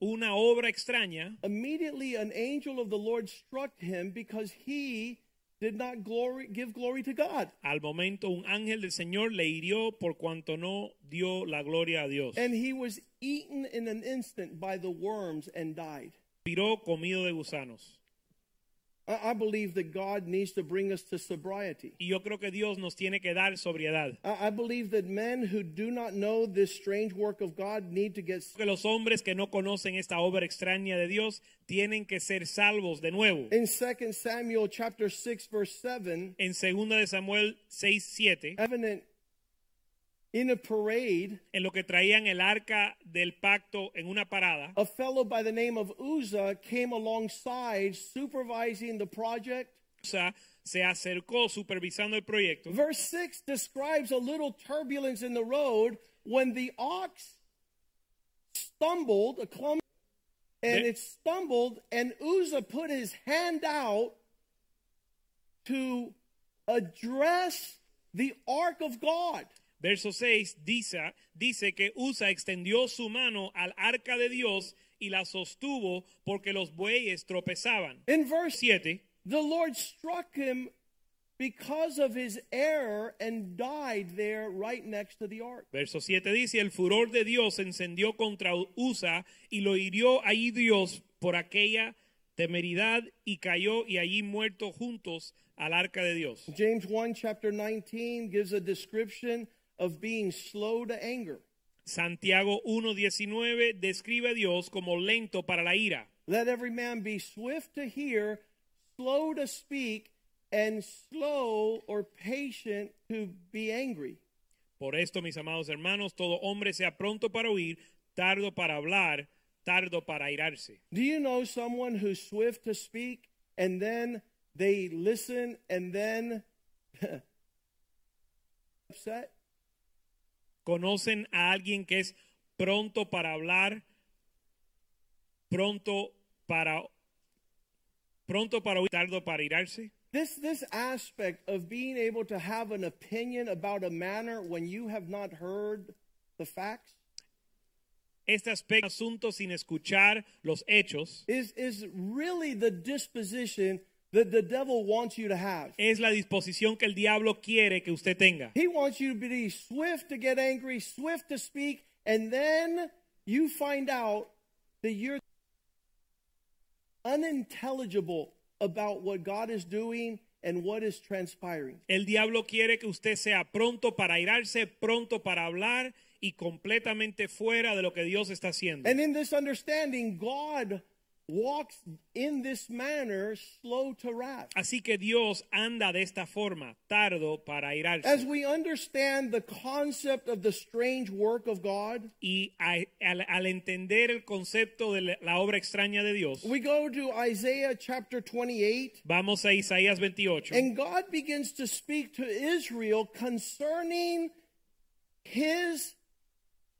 B: una obra extraña,
C: immediately an angel of the Lord struck him because he did not glory give glory to God.
B: al momento un ángel del Señor le hirió por cuanto no dio la gloria a Dios.
C: And he was eaten in an instant by the worms and died.
B: Piró comido de gusanos.
C: I, I believe that God needs to bring us to sobriety.
B: Y yo creo que Dios nos tiene que dar sobriedad.
C: I, I believe that men who do not know this strange work of God need to get
B: que los hombres que no conocen esta obra extraña de Dios tienen que ser salvos de nuevo.
C: in 2 Samuel chapter 6 verse 7
B: En 2 de Samuel 6, 7,
C: evident in a parade
B: en lo que traían el arca del pacto en una parada,
C: a fellow by the name of Uzzah came alongside supervising the project
B: o sea, se acercó supervisando el proyecto.
C: Verse 6 describes a little turbulence in the road when the ox stumbled, a clump, and
B: Yeah.
C: it stumbled, and Uzzah put his hand out to address the ark of God.
B: Verso 6 dice, dice que Usa extendió su mano al arca de Dios y la sostuvo porque los bueyes tropezaban.
C: In verse
B: 7.
C: the Lord struck him because of his error and died there right next to the ark.
B: Verso 7 dice, el furor de Dios se encendió contra Usa y lo hirió allí Dios por aquella temeridad y cayó y allí muerto juntos al arca de Dios.
C: James 1 chapter 19 gives a description of being slow to anger.
B: Santiago 1.19 describe a Dios como lento para la ira.
C: Let every man be swift to hear, slow to speak, and slow or patient to be angry.
B: Por esto, mis amados hermanos, todo hombre sea pronto para oír, tardo para hablar, tardo para irarse.
C: Do you know someone who's swift to speak and then they listen and then upset?
B: ¿Conocen a alguien que es pronto para hablar, pronto para pronto para oír, tardo para irarse?
C: This this aspect of being able to have an opinion about a matter when you have not heard the facts
B: Este aspecto, asunto sin escuchar los hechos,
C: is is really the disposition that the devil wants you to have.
B: es la disposición que el diablo quiere que usted tenga.
C: He wants you to be swift to get angry, swift to speak, and then you find out that you're unintelligible about what God is doing and what is transpiring.
B: El diablo quiere que usted sea pronto para irarse, pronto para hablar y completamente fuera de lo que Dios está haciendo.
C: And in this understanding, God walks in this manner, slow to wrath.
B: Así que Dios anda de esta forma, tardo para irarse.
C: As we understand the concept of the strange work of God,
B: y a- al, al entender el concepto de la- la obra extraña de Dios,
C: we go to Isaiah chapter 28.
B: vamos a Isaías 28.
C: And God begins to speak to Israel concerning his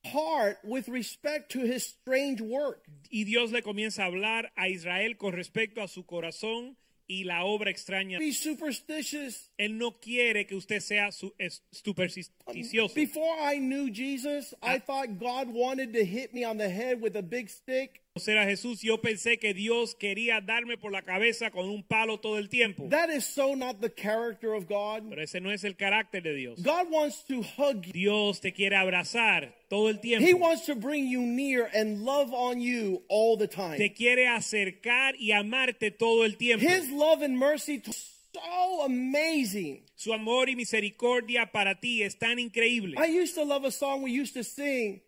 C: heart with respect to his strange work.
B: y Dios le comienza a hablar a Israel con respecto a su corazón y la obra extraña.
C: Be superstitious.
B: Él no quiere que usted sea su, es- supersticioso.
C: Before I knew Jesus, I thought God wanted to hit me on the head with a big stick.
B: Conocer a Jesús, yo pensé que Dios quería darme por la cabeza con un palo todo el tiempo.
C: That is so not the character of God.
B: Pero ese no es el carácter de Dios.
C: God wants to hug you.
B: Dios te quiere abrazar todo el
C: He
B: tiempo.
C: wants to bring you near and love on you all the time.
B: Te quiere acercar y amarte todo el tiempo.
C: His love and mercy is so amazing.
B: Su amor y misericordia para ti es tan increíble.
C: I used to love a song we used to sing.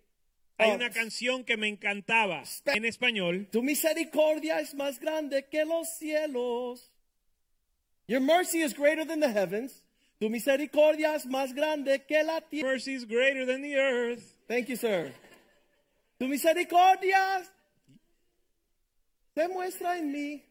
B: Hay
C: uh,
B: una canción que me encantaba en español.
C: Tu misericordia es más grande que los cielos. Your mercy is greater than the heavens. Tu misericordia es más grande que la tierra.
B: Mercy is greater than the earth.
C: Thank you, sir. Tu misericordia se muestra en mí.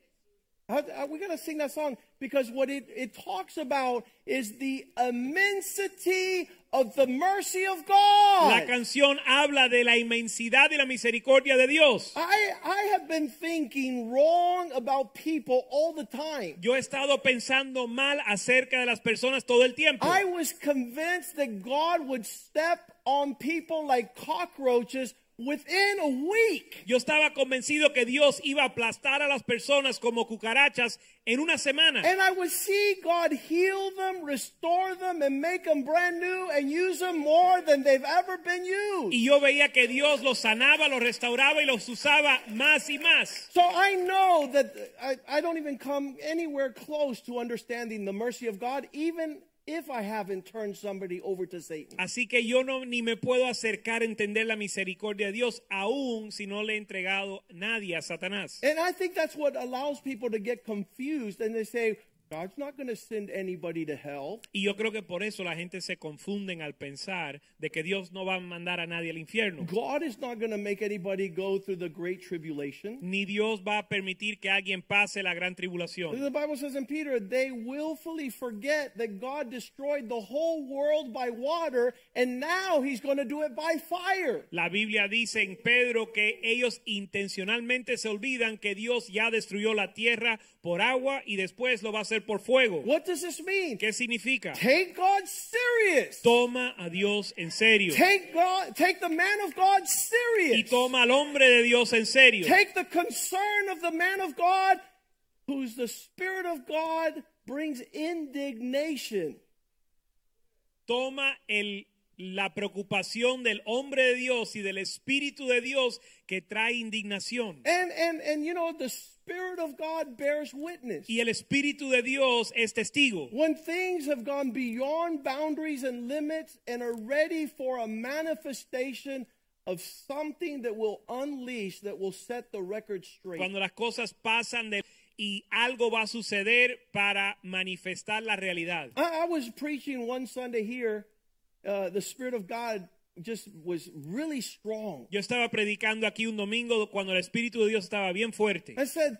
C: How- how- We're going to sing that song because what it, it talks about is the immensity of the mercy of God.
B: La canción habla de la inmensidad y la misericordia de Dios.
C: I, I have been thinking wrong about people all the time.
B: Yo he estado pensando mal acerca de las personas todo el tiempo.
C: I was convinced that God would step on people like cockroaches within a week.
B: Yo estaba convencido que Dios iba a aplastar a las personas como cucarachas en una semana.
C: And I would see God heal them, restore them, and make them brand new and use them more than they've ever been used.
B: Y yo veía que Dios los sanaba, los restauraba y los usaba más y más.
C: So I know that I, I don't even come anywhere close to understanding the mercy of God, even if I haven't turned somebody over to Satan.
B: Así que yo no ni me puedo acercar a entender la misericordia de Dios, aún si no le he entregado nadie a Satanás.
C: And I think that's what allows people to get confused and they say, God's not going to send anybody to hell.
B: Y yo creo que por eso la gente se confunden al pensar de que Dios no va a mandar a nadie al infierno.
C: God is not going to make anybody go through the great tribulation.
B: Ni Dios va a permitir que alguien pase la gran tribulación.
C: The Bible says in Peter, they willfully forget that God destroyed the whole world by water and now he's going to do it by fire.
B: La Biblia dice en Pedro que ellos intencionalmente se olvidan que Dios ya destruyó la tierra por agua y después lo va a hacer por fuego.
C: What does this mean?
B: ¿Qué significa?
C: Take God serious.
B: Toma a Dios en serio.
C: Take God take the man of God
B: Y
C: serious.
B: toma al hombre de Dios en serio.
C: Take the concern of the man of God, who's the Spirit of God, brings indignation.
B: Toma el, la preocupación del hombre de Dios y del Espíritu de Dios que trae indignación.
C: And and and you know, the Spirit of God bears witness.
B: Y el Espíritu de Dios es testigo.
C: When things have gone beyond boundaries and limits and are ready for a manifestation of something that will unleash, that will set the record straight.
B: Cuando las cosas pasan de, y algo va a suceder para manifestar la realidad.
C: I, I was preaching one Sunday here. Uh, the Spirit of God just was really strong.
B: Yo estaba predicando aquí un domingo cuando el Espíritu de Dios estaba bien fuerte.
C: I said,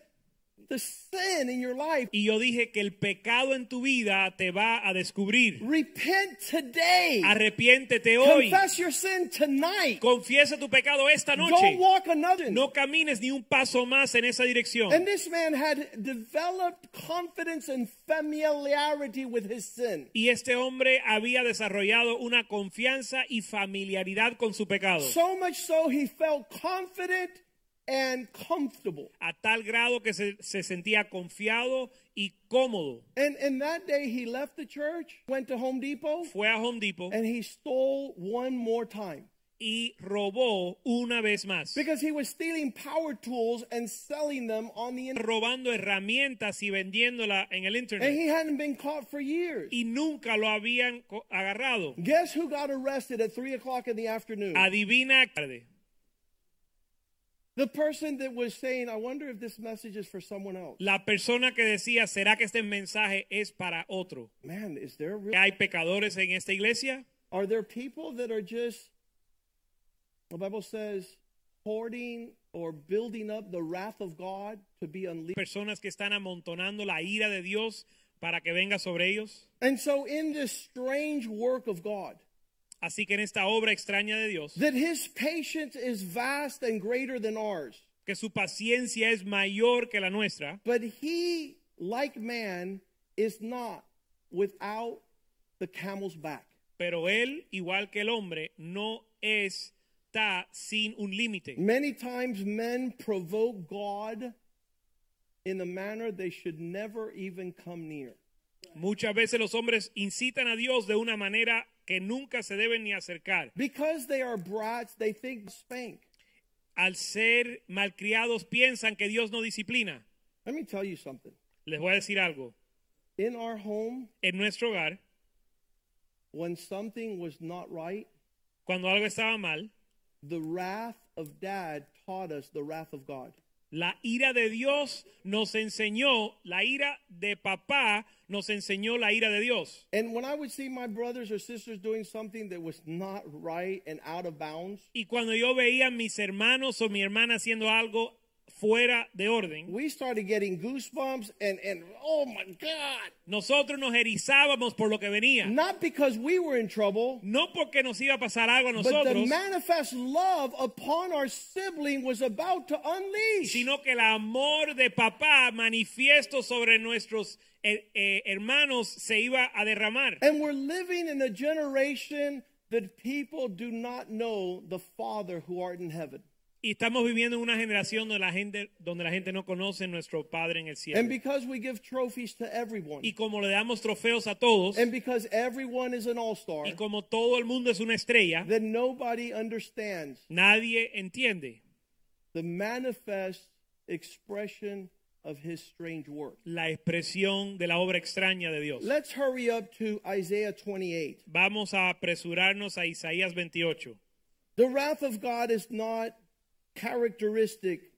C: the sin in your life.
B: Y yo dije que el pecado en tu vida te va a descubrir.
C: Repent today.
B: Arrepiéntete hoy.
C: Confess your sin tonight.
B: Confiesa tu pecado esta noche.
C: Don't walk another.
B: No camines ni un paso más en esa dirección.
C: And this man had developed confidence and familiarity with his sin.
B: Y este hombre había desarrollado una confianza y familiaridad con su pecado.
C: So much so he felt confident and comfortable.
B: A tal grado que se, se sentía confiado y cómodo.
C: And and that day he left the church, went to Home Depot,
B: Fue a Home Depot
C: and he stole one more time.
B: y robó una vez más.
C: Because he was stealing power tools and selling them on the internet.
B: Robando herramientas y vendiéndola en el
C: And
B: internet.
C: he hadn't been caught for years.
B: Y nunca lo habían co- agarrado.
C: Guess who got arrested at 3 o'clock in the afternoon?
B: Adivina tarde.
C: The person that was saying, I wonder if this message is for someone else.
B: La persona que decía, ¿será que este mensaje es para otro?
C: Man, is there real?
B: ¿Hay pecadores en esta iglesia?
C: Are there people that are just, the Bible says, hoarding or building up the wrath of God to be unleashed?
B: Personas que están amontonando la ira de Dios para que venga sobre ellos.
C: And so, in this strange work of God,
B: Así que en esta obra extraña de Dios,
C: that his patience is vast and greater than ours,
B: que su paciencia es mayor que la nuestra,
C: but he, like man, is not without the camel's back.
B: pero él, igual que el hombre, no está sin un límite.
C: Many times men provoke God in a manner they should never even come near.
B: Muchas veces los hombres incitan a Dios de una manera que nunca se deben ni acercar.
C: Because they are brats, they think spank.
B: Al ser malcriados piensan que Dios no disciplina.
C: Let me tell you something.
B: Les voy a decir algo.
C: In our home,
B: En nuestro hogar,
C: when something was not right,
B: cuando algo estaba mal,
C: the wrath of dad taught us the wrath of God.
B: la ira de Dios nos enseñó, la ira de papá nos enseñó la ira de Dios.
C: And when I would see my brothers or sisters doing something that was not right and out of bounds,
B: Y cuando yo veía a mis hermanos o mi hermana haciendo algo fuera de orden,
C: we started getting goosebumps and, and oh my God.
B: nosotros nos erizábamos por lo que venía.
C: Not because we were in trouble,
B: No porque nos iba a pasar algo a
C: But the
B: nosotros,
C: manifest love upon our sibling was about to unleash.
B: sino que el amor de papá manifiesto sobre nuestros eh, eh, hermanos se iba a derramar.
C: and we're living in a generation that people do not know the Father who art in heaven.
B: Y estamos viviendo en una generación donde la gente, donde la gente no conoce a nuestro Padre en el
C: And
B: cielo.
C: because we give trophies to everyone,
B: Y como le damos trofeos a todos,
C: and because everyone is an all star,
B: y como todo el mundo es una estrella,
C: then nobody understands
B: nadie entiende
C: the manifest expression of his strange work.
B: la expresión de la obra extraña de Dios.
C: Let's hurry up to Isaiah 28.
B: Vamos a apresurarnos a Isaías 28.
C: The wrath of God is not characteristic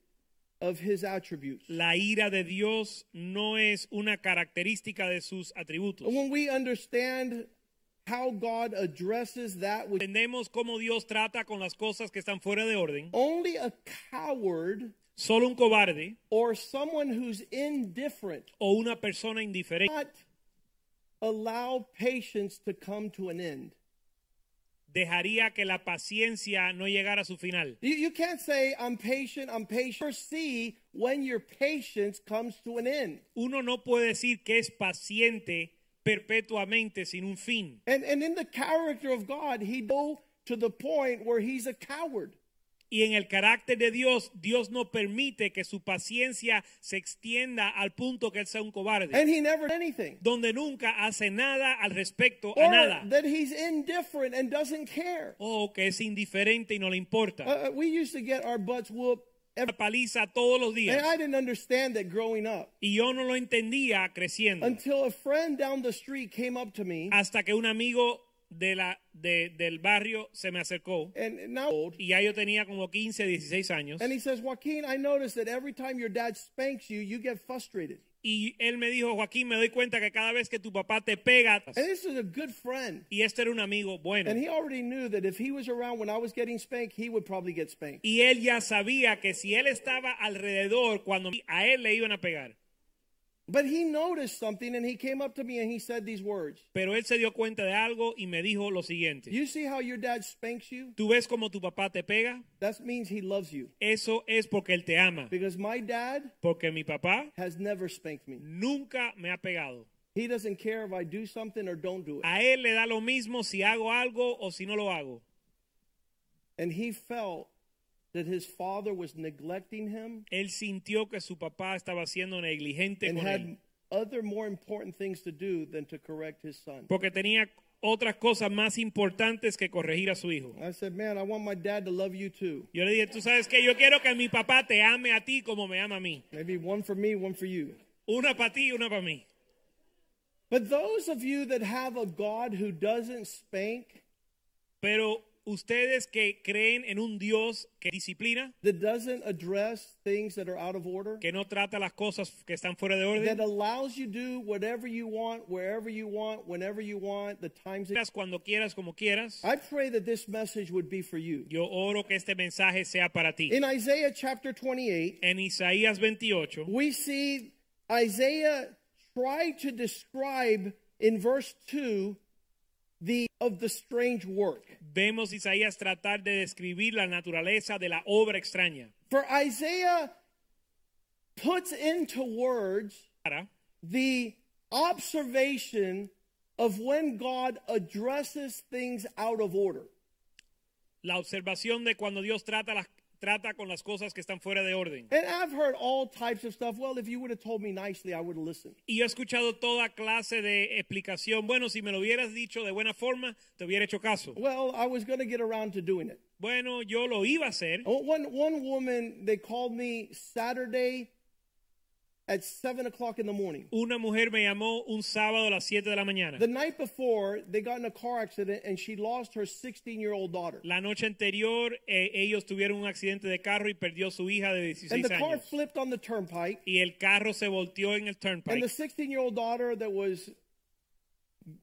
C: of his attributes.
B: La ira de Dios no es una característica de sus atributos.
C: When we understand how God addresses that which
B: Entendemos cómo Dios trata con las cosas que están fuera de orden.
C: only a coward
B: Solo un cobarde
C: or someone who's indifferent
B: o una persona indiferente
C: not allow patience to come to an end.
B: dejaría que la paciencia no llegara a su final.
C: You, you can't say, I'm patient, I'm patient. Or see when your patience comes to an end.
B: Uno no puede decir que es paciente perpetuamente sin un fin.
C: And, and in the character of God, he go to the point where he's a coward.
B: Y en el carácter de Dios, Dios no permite que su paciencia se extienda al punto que él sea un cobarde.
C: And he never did anything.
B: donde nunca hace nada al respecto a
C: Or
B: nada
C: that he's indifferent and doesn't care.
B: o que es indiferente y no le importa.
C: Uh, uh, we used to get our butts whooped every
B: Una paliza todos los días
C: and I didn't understand that growing up
B: y yo no lo entendía creciendo
C: until a friend down the street came up to me
B: hasta que un amigo de la de- del barrio se me acercó
C: and now old
B: y ya yo tenía como 15, 16 años
C: and he says, Joaquin, I noticed that every time your dad spanks you, you get frustrated.
B: Y él me dijo, Joaquín, me doy cuenta que cada vez que tu papá te pega,
C: And this is a good friend.
B: y este era un amigo bueno,
C: Eh. And he already knew that if he was around when I was getting spanked, he would probably get spanked.
B: y él ya sabía que si él estaba alrededor cuando a él le iban a pegar,
C: But he noticed something and he came up to me and he said these words
B: pero él se dio cuenta de algo y me dijo lo siguiente,
C: You see how your dad spanks you?
B: ¿tú ves cómo tu papá te pega?
C: That means he loves you.
B: Eso es porque él te ama,
C: Because my dad
B: porque mi papá
C: has never spanked me.
B: nunca me ha pegado.
C: He doesn't care if I do something or don't do it.
B: A él le da lo mismo si hago algo o si no lo hago.
C: And he felt that his father was neglecting him
B: Él sintió que su papá estaba siendo negligente
C: and
B: con
C: had
B: él,
C: other more important things to do than to correct his son.
B: porque tenía otras cosas más importantes que corregir a su hijo.
C: I said, Man, I want my dad to love you too.
B: Yo le dije, tú sabes que yo quiero que mi papá te ame a ti como me ama a mí.
C: Maybe one for me, one for you.
B: Una para ti y una para mí.
C: But those of you that have a God who doesn't spank,
B: Pero ustedes que creen en un Dios que disciplina,
C: that doesn't address things that are out of order,
B: que no trata las cosas que están fuera de
C: that
B: orden,
C: allows you to do whatever you want, wherever you want, whenever you want, the times that
B: hagas cuando quieras, como quieras,
C: I pray that this message would be for you.
B: yo oro que este mensaje sea para ti.
C: In Isaiah chapter 28,
B: En Isaías 28
C: we see Isaiah try to describe in verse 2 the of the strange work.
B: vemos Isaías tratar de describir la naturaleza de la obra extraña.
C: For Isaiah puts into words
B: Para
C: the observation of when God addresses things out of order.
B: la observación de cuando Dios trata, las, trata con las cosas que están fuera de orden.
C: And I've heard all types of stuff. Well, if you would have told me nicely, I would have listened.
B: Y yo he escuchado toda clase de explicación. Bueno, si me lo hubieras dicho de buena forma, te hubiera hecho caso.
C: Well, I was going to get around to doing it.
B: Bueno, yo lo iba a hacer.
C: Oh, One one woman they called me Saturday at seven o'clock in the morning.
B: Una mujer me llamó un sábado a las 7 de la mañana.
C: The night before they got in a car accident and she lost her 16 year old daughter.
B: La noche anterior eh, ellos tuvieron un accidente de carro y perdió su hija de
C: And
B: 16
C: the car
B: años.
C: flipped on the turnpike
B: Y el carro se volteó en el
C: and the
B: turnpike.
C: 16 year old daughter that was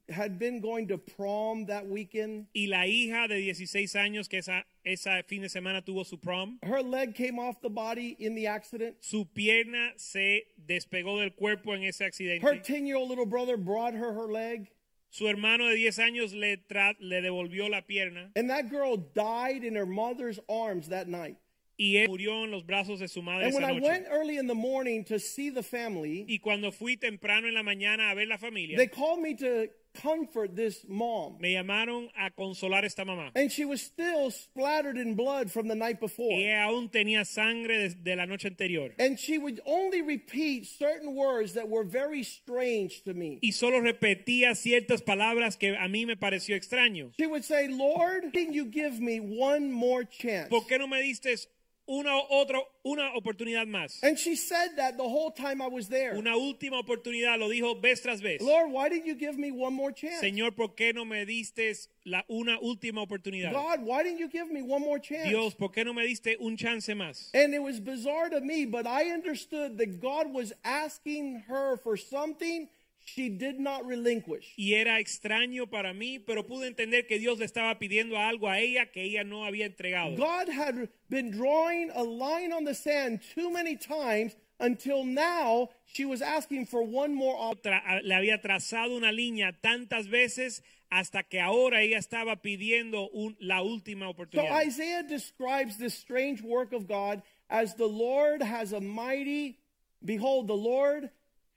C: had been going to prom that weekend.
B: Y la hija de 16 años que esa, esa fin de semana tuvo su prom,
C: Her leg came off the body in the accident.
B: su pierna se despegó del cuerpo en ese
C: Her
B: accidente.
C: 10 year old little brother brought her her leg.
B: Su hermano de 10 años le, tra- le devolvió la pierna
C: And that girl died in her mother's arms that night.
B: y él murió en los brazos de su madre
C: And when
B: esa
C: I
B: noche.
C: went early in the morning to see the family,
B: y cuando fui temprano en la mañana a ver la familia,
C: they called me to comfort this mom.
B: me llamaron a consolar a esta mamá.
C: And she was still splattered in blood from the night
B: Y
C: before.
B: ella aún tenía sangre de, de la noche anterior.
C: And she would only repeat certain words that were very strange to me.
B: Y solo repetía ciertas palabras que a mí me pareció extraño.
C: She would say, Lord, can you give me one more chance?
B: ¿Por qué no me diste una, otra, una oportunidad más?
C: And she said that the whole time I was there.
B: Una última oportunidad, lo dijo vez tras vez.
C: Lord, why didn't you give me one more chance?
B: Señor, ¿por qué no me diste la, una última oportunidad?
C: God, why didn't you give me one more chance?
B: Dios, ¿por qué no me diste un chance más?
C: And it was bizarre to me, but I understood that God was asking her for something she did not relinquish.
B: Y era extraño para mí, pero pude entender que Dios le estaba pidiendo algo a ella que ella no había entregado.
C: God had been drawing a line on the sand too many times until now she was asking for one more op-
B: Tra- le había trazado una línea tantas veces hasta que ahora ella estaba pidiendo un- la última
C: So
B: oportunidad.
C: Isaiah describes this strange work of God as the Lord has a mighty, behold, the Lord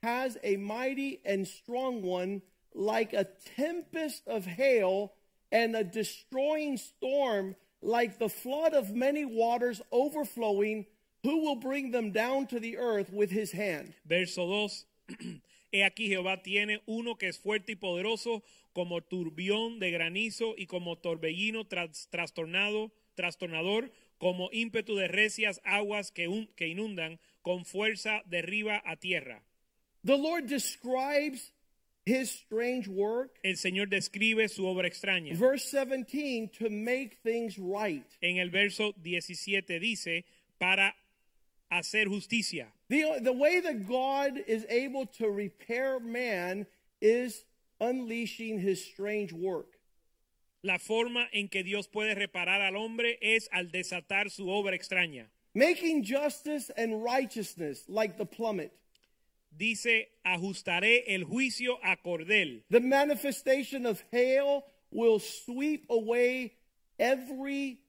C: has a mighty and strong one, like a tempest of hail and a destroying storm, like the flood of many waters overflowing, who will bring them down to the earth with his hand.
B: Verso 2. He aquí Jehová tiene uno que es fuerte y poderoso como turbión de granizo y como torbellino tras- trastornado, trastornador, como ímpetu de recias aguas que, un- que inundan, con fuerza derriba a tierra.
C: The Lord describes his strange work,
B: El Señor describe su obra extraña.
C: verse 17, to make things right.
B: En el verso 17 dice, para hacer justicia.
C: The, the way that God is able to repair man is unleashing his strange work.
B: La forma en que Dios puede reparar al hombre es al desatar su obra extraña.
C: Making justice and righteousness like the plummet,
B: Dice, ajustaré el juicio a cordel.
C: the manifestation of hail will sweep away every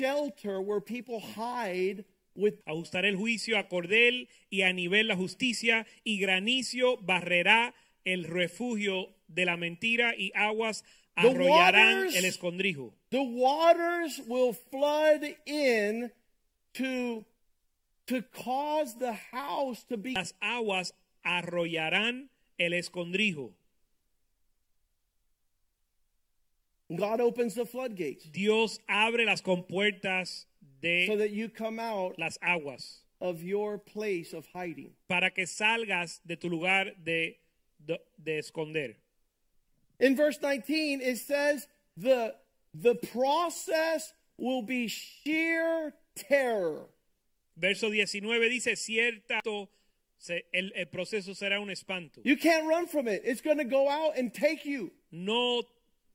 C: shelter where people hide with
B: Ajustaré el juicio a cordel y a nivel la justicia y granizo barrerá el refugio de la mentira y aguas
C: The
B: arrollarán
C: waters-
B: el escondrijo.
C: the waters will flood in to to cause the house to be
B: Las aguas arrollarán el escondrijo.
C: God opens the floodgates
B: Dios abre las compuertas de
C: so that you come out
B: las aguas
C: of your place of hiding.
B: para que salgas de tu lugar de, de- de esconder.
C: In verse 19 it says the the process will be sheer terror.
B: Verso 19 dice, cierto, se- el, el proceso será un espanto.
C: You can't run from it. It's going to go out and take you.
B: No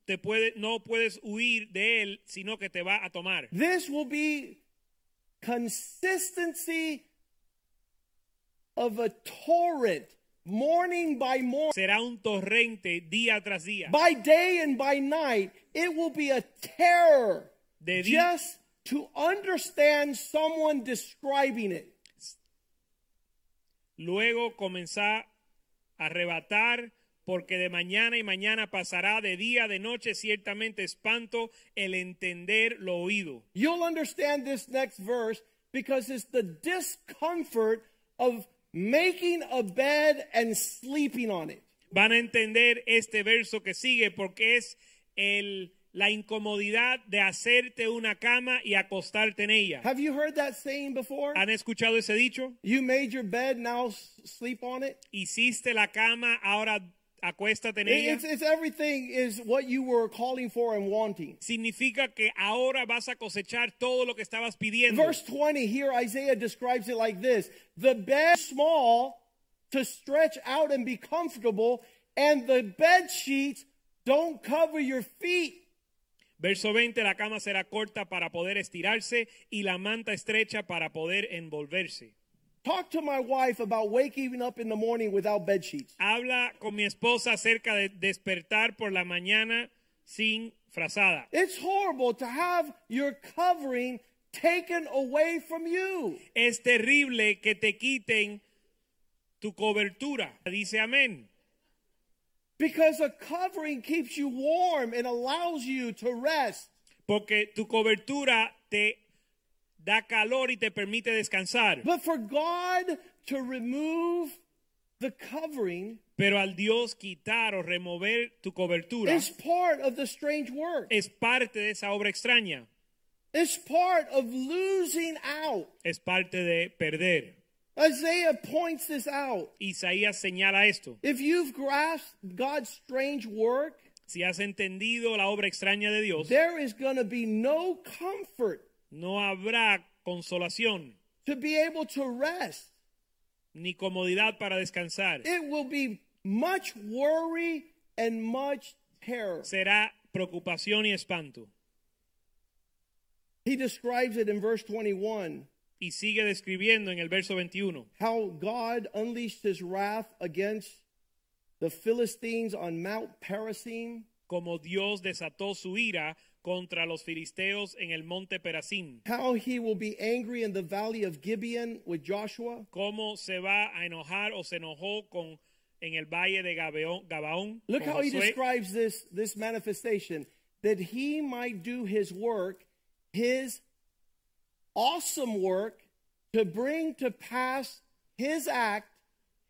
B: te puede, no puedes huir de él, sino que te va a tomar.
C: This will be consistency of a torrent, morning by morning,
B: Será un torrente día tras día.
C: by day and by night. It will be a terror
B: De día-
C: just to understand someone describing it.
B: Luego comenzá a arrebatar, porque de mañana y mañana pasará de día, de noche, ciertamente espanto el entender lo oído.
C: You'll understand this next verse because it's the discomfort of making a bed and sleeping on it.
B: Van a entender este verso que sigue porque es el, la incomodidad de hacerte una cama y acostarte en ella.
C: Have you heard that saying before?
B: ¿Han escuchado ese dicho?
C: You made your bed, now s- sleep on it.
B: Hiciste la cama, ahora acuéstate en
C: It-
B: ella.
C: It's, it's everything is what you were calling for and wanting.
B: Significa que ahora vas a cosechar todo lo que estabas pidiendo.
C: Verse 20 here, Isaiah describes it like this The bed small to stretch out and be comfortable, and the bed sheets don't cover your feet.
B: Verso 20, la cama será corta para poder estirarse y la manta estrecha para poder envolverse.
C: Talk to my wife about waking up in the morning without bed sheets.
B: Habla con mi esposa acerca de despertar por la mañana sin frazada.
C: It's horrible to have your covering taken away from you.
B: Es terrible que te quiten tu cobertura. Dice amén.
C: Because a covering keeps you warm and allows you to rest.
B: Porque tu cobertura te da calor y te permite descansar.
C: But for God to remove the covering
B: Pero al Dios quitar o remover tu cobertura
C: is part of the strange work.
B: es parte de esa obra extraña.
C: It's part of losing out.
B: Es parte de perder.
C: Isaiah points this out.
B: Isaías señala esto.
C: If you've grasped God's strange work,
B: Si has entendido la obra extraña de Dios,
C: there is going to be no comfort
B: no habrá consolación
C: to be able to rest.
B: ni comodidad para descansar.
C: It will be much worry and much terror.
B: Será preocupación y espanto.
C: He describes it in verse 21
B: Y sigue describiendo en el verso 21
C: how God unleashed his wrath against the Philistines on Mount Parasim,
B: como Dios desató su ira contra los filisteos en el monte Perasim.
C: how he will be angry in the valley of Gibeon with Joshua,
B: Cómo se va a enojar o se enojó con en el valle de Gabeón- Gabaón.
C: Look
B: con
C: how he
B: Josué.
C: describes this this manifestation that he might do his work, his awesome work to bring to pass his act,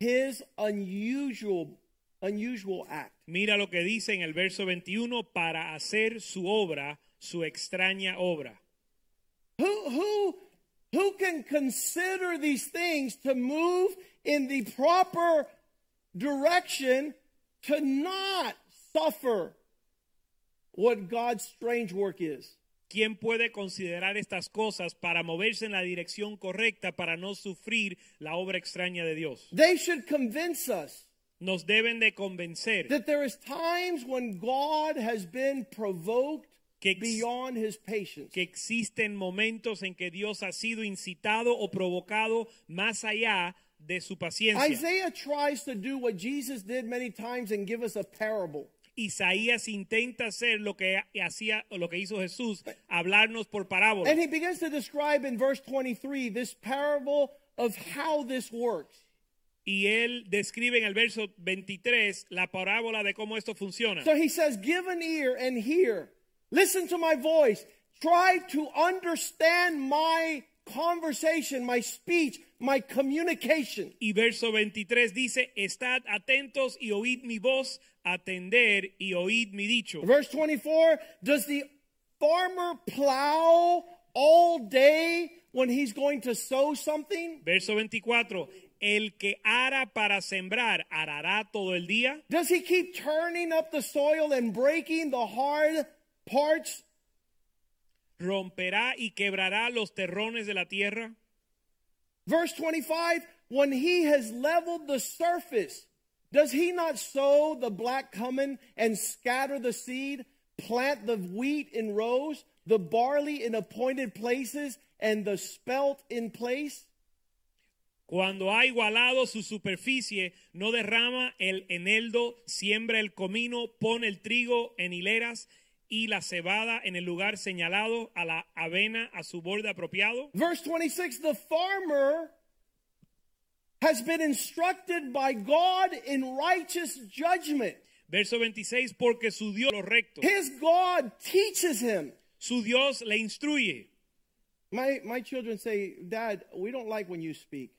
C: his unusual unusual act.
B: Mira lo que dice en el verso 21 para hacer su obra, su extraña obra.
C: Who who who can consider these things to move in the proper direction to not suffer what God's strange work is?
B: ¿Quién puede considerar estas cosas para moverse en la dirección correcta para no sufrir la obra extraña de Dios?
C: They should convince us
B: Nos deben de convencer
C: that there is times when God has been provoked
B: Que ex-
C: beyond his patience.
B: que existen momentos en que Dios ha sido incitado o provocado más allá de su paciencia.
C: Isaiah tries to do what Jesus did many times and give us a parable.
B: Isaías intenta hacer lo que hacía o lo que hizo Jesús, hablarnos por parábolas.
C: And he begins to describe in verse 23 this parable of how this works.
B: Y él describe en el verso 23 la parábola de cómo esto funciona.
C: So he says, Give an ear and hear. Listen to my voice. Try to understand my conversation, my speech, my communication.
B: Y verso 23 dice, estad atentos y oíd mi voz, atender y oíd mi dicho.
C: Verse 24 Does the farmer plow all day when he's going to sow something?
B: Verso 24, el que ara para sembrar, arará todo el día.
C: Does he keep turning up the soil and breaking the hard parts?
B: Romperá y quebrará los terrones de la tierra.
C: Verse 25 When he has leveled the surface, does he not sow the black cumin and scatter the seed, plant the wheat in rows, the barley in appointed places, and the spelt in place?
B: Cuando ha igualado su superficie, no derrama el eneldo, siembra el comino, pone el trigo en hileras y la cebada en el lugar señalado, a la avena a su borde apropiado.
C: Verse 26 The farmer has been instructed by God in righteous judgment.
B: Verso 26, porque su Dios lo recto,
C: His God teaches him.
B: su Dios le instruye.
C: My, my children say, Dad, we don't like when you speak.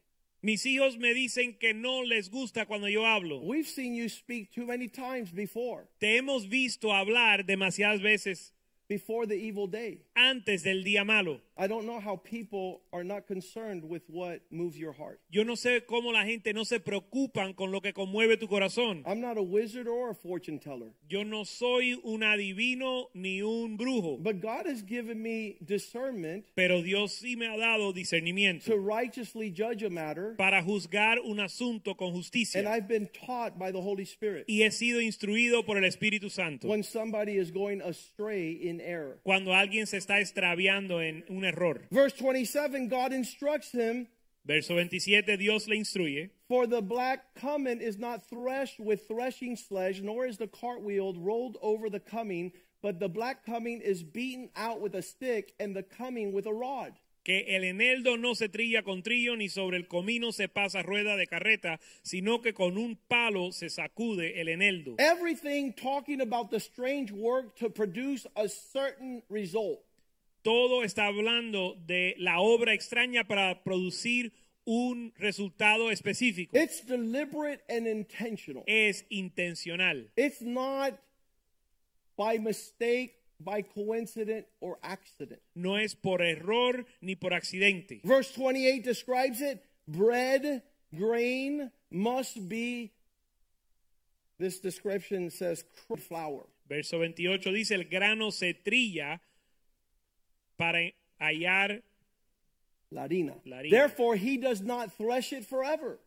B: Mis hijos me dicen que no les gusta cuando yo hablo.
C: We've seen you speak too many times before,
B: Te hemos visto hablar demasiadas veces
C: before the evil day.
B: antes del día malo.
C: I don't know how people are not concerned with what moves your heart.
B: Yo no sé cómo la gente no se preocupan con lo que conmueve tu corazón.
C: I'm not a wizard or a fortune teller,
B: Yo no soy un adivino ni un brujo,
C: but God has given me discernment
B: pero Dios sí me ha dado
C: to
B: discernimiento
C: righteously judge a matter,
B: para juzgar un asunto con
C: and
B: justicia
C: I've been taught by the Holy Spirit
B: y he sido instruido por el Espíritu Santo
C: when somebody is going astray in error.
B: cuando alguien se está extraviando en un error.
C: Verse 27 God instructs him,
B: Verso 27, Dios le instruye.
C: For the black cumin is not threshed with threshing sledge, nor is the cartwheel rolled over the cumin, but the black cumin is beaten out with a stick, and the cumin with a rod.
B: que el eneldo no se trilla con trillo ni sobre el comino se pasa rueda de carreta, sino que con un palo se sacude el eneldo.
C: Everything talking about the strange work to produce a certain result.
B: Todo está hablando de la obra extraña para producir un resultado específico.
C: It's deliberate and intentional.
B: Es intencional.
C: It's not by mistake, by coincidence, or accident.
B: No es por error ni por accidente.
C: Verse 28 describes it bread, grain must be. This description says cr- flour.
B: Verso 28 dice, el grano se trilla para hallar,
C: Larina.
B: La harina.
C: Therefore, he does not thresh it forever.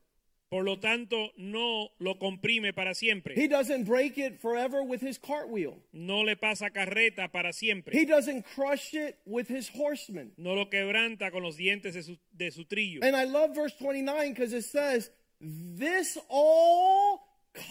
B: por lo tanto no lo comprime para siempre.
C: He doesn't break it forever with his cartwheel.
B: no le pasa carreta para siempre.
C: He doesn't crush it with his horseman.
B: no lo quebranta con los dientes de su, de su trillo.
C: And I love verse 29 because it says, This all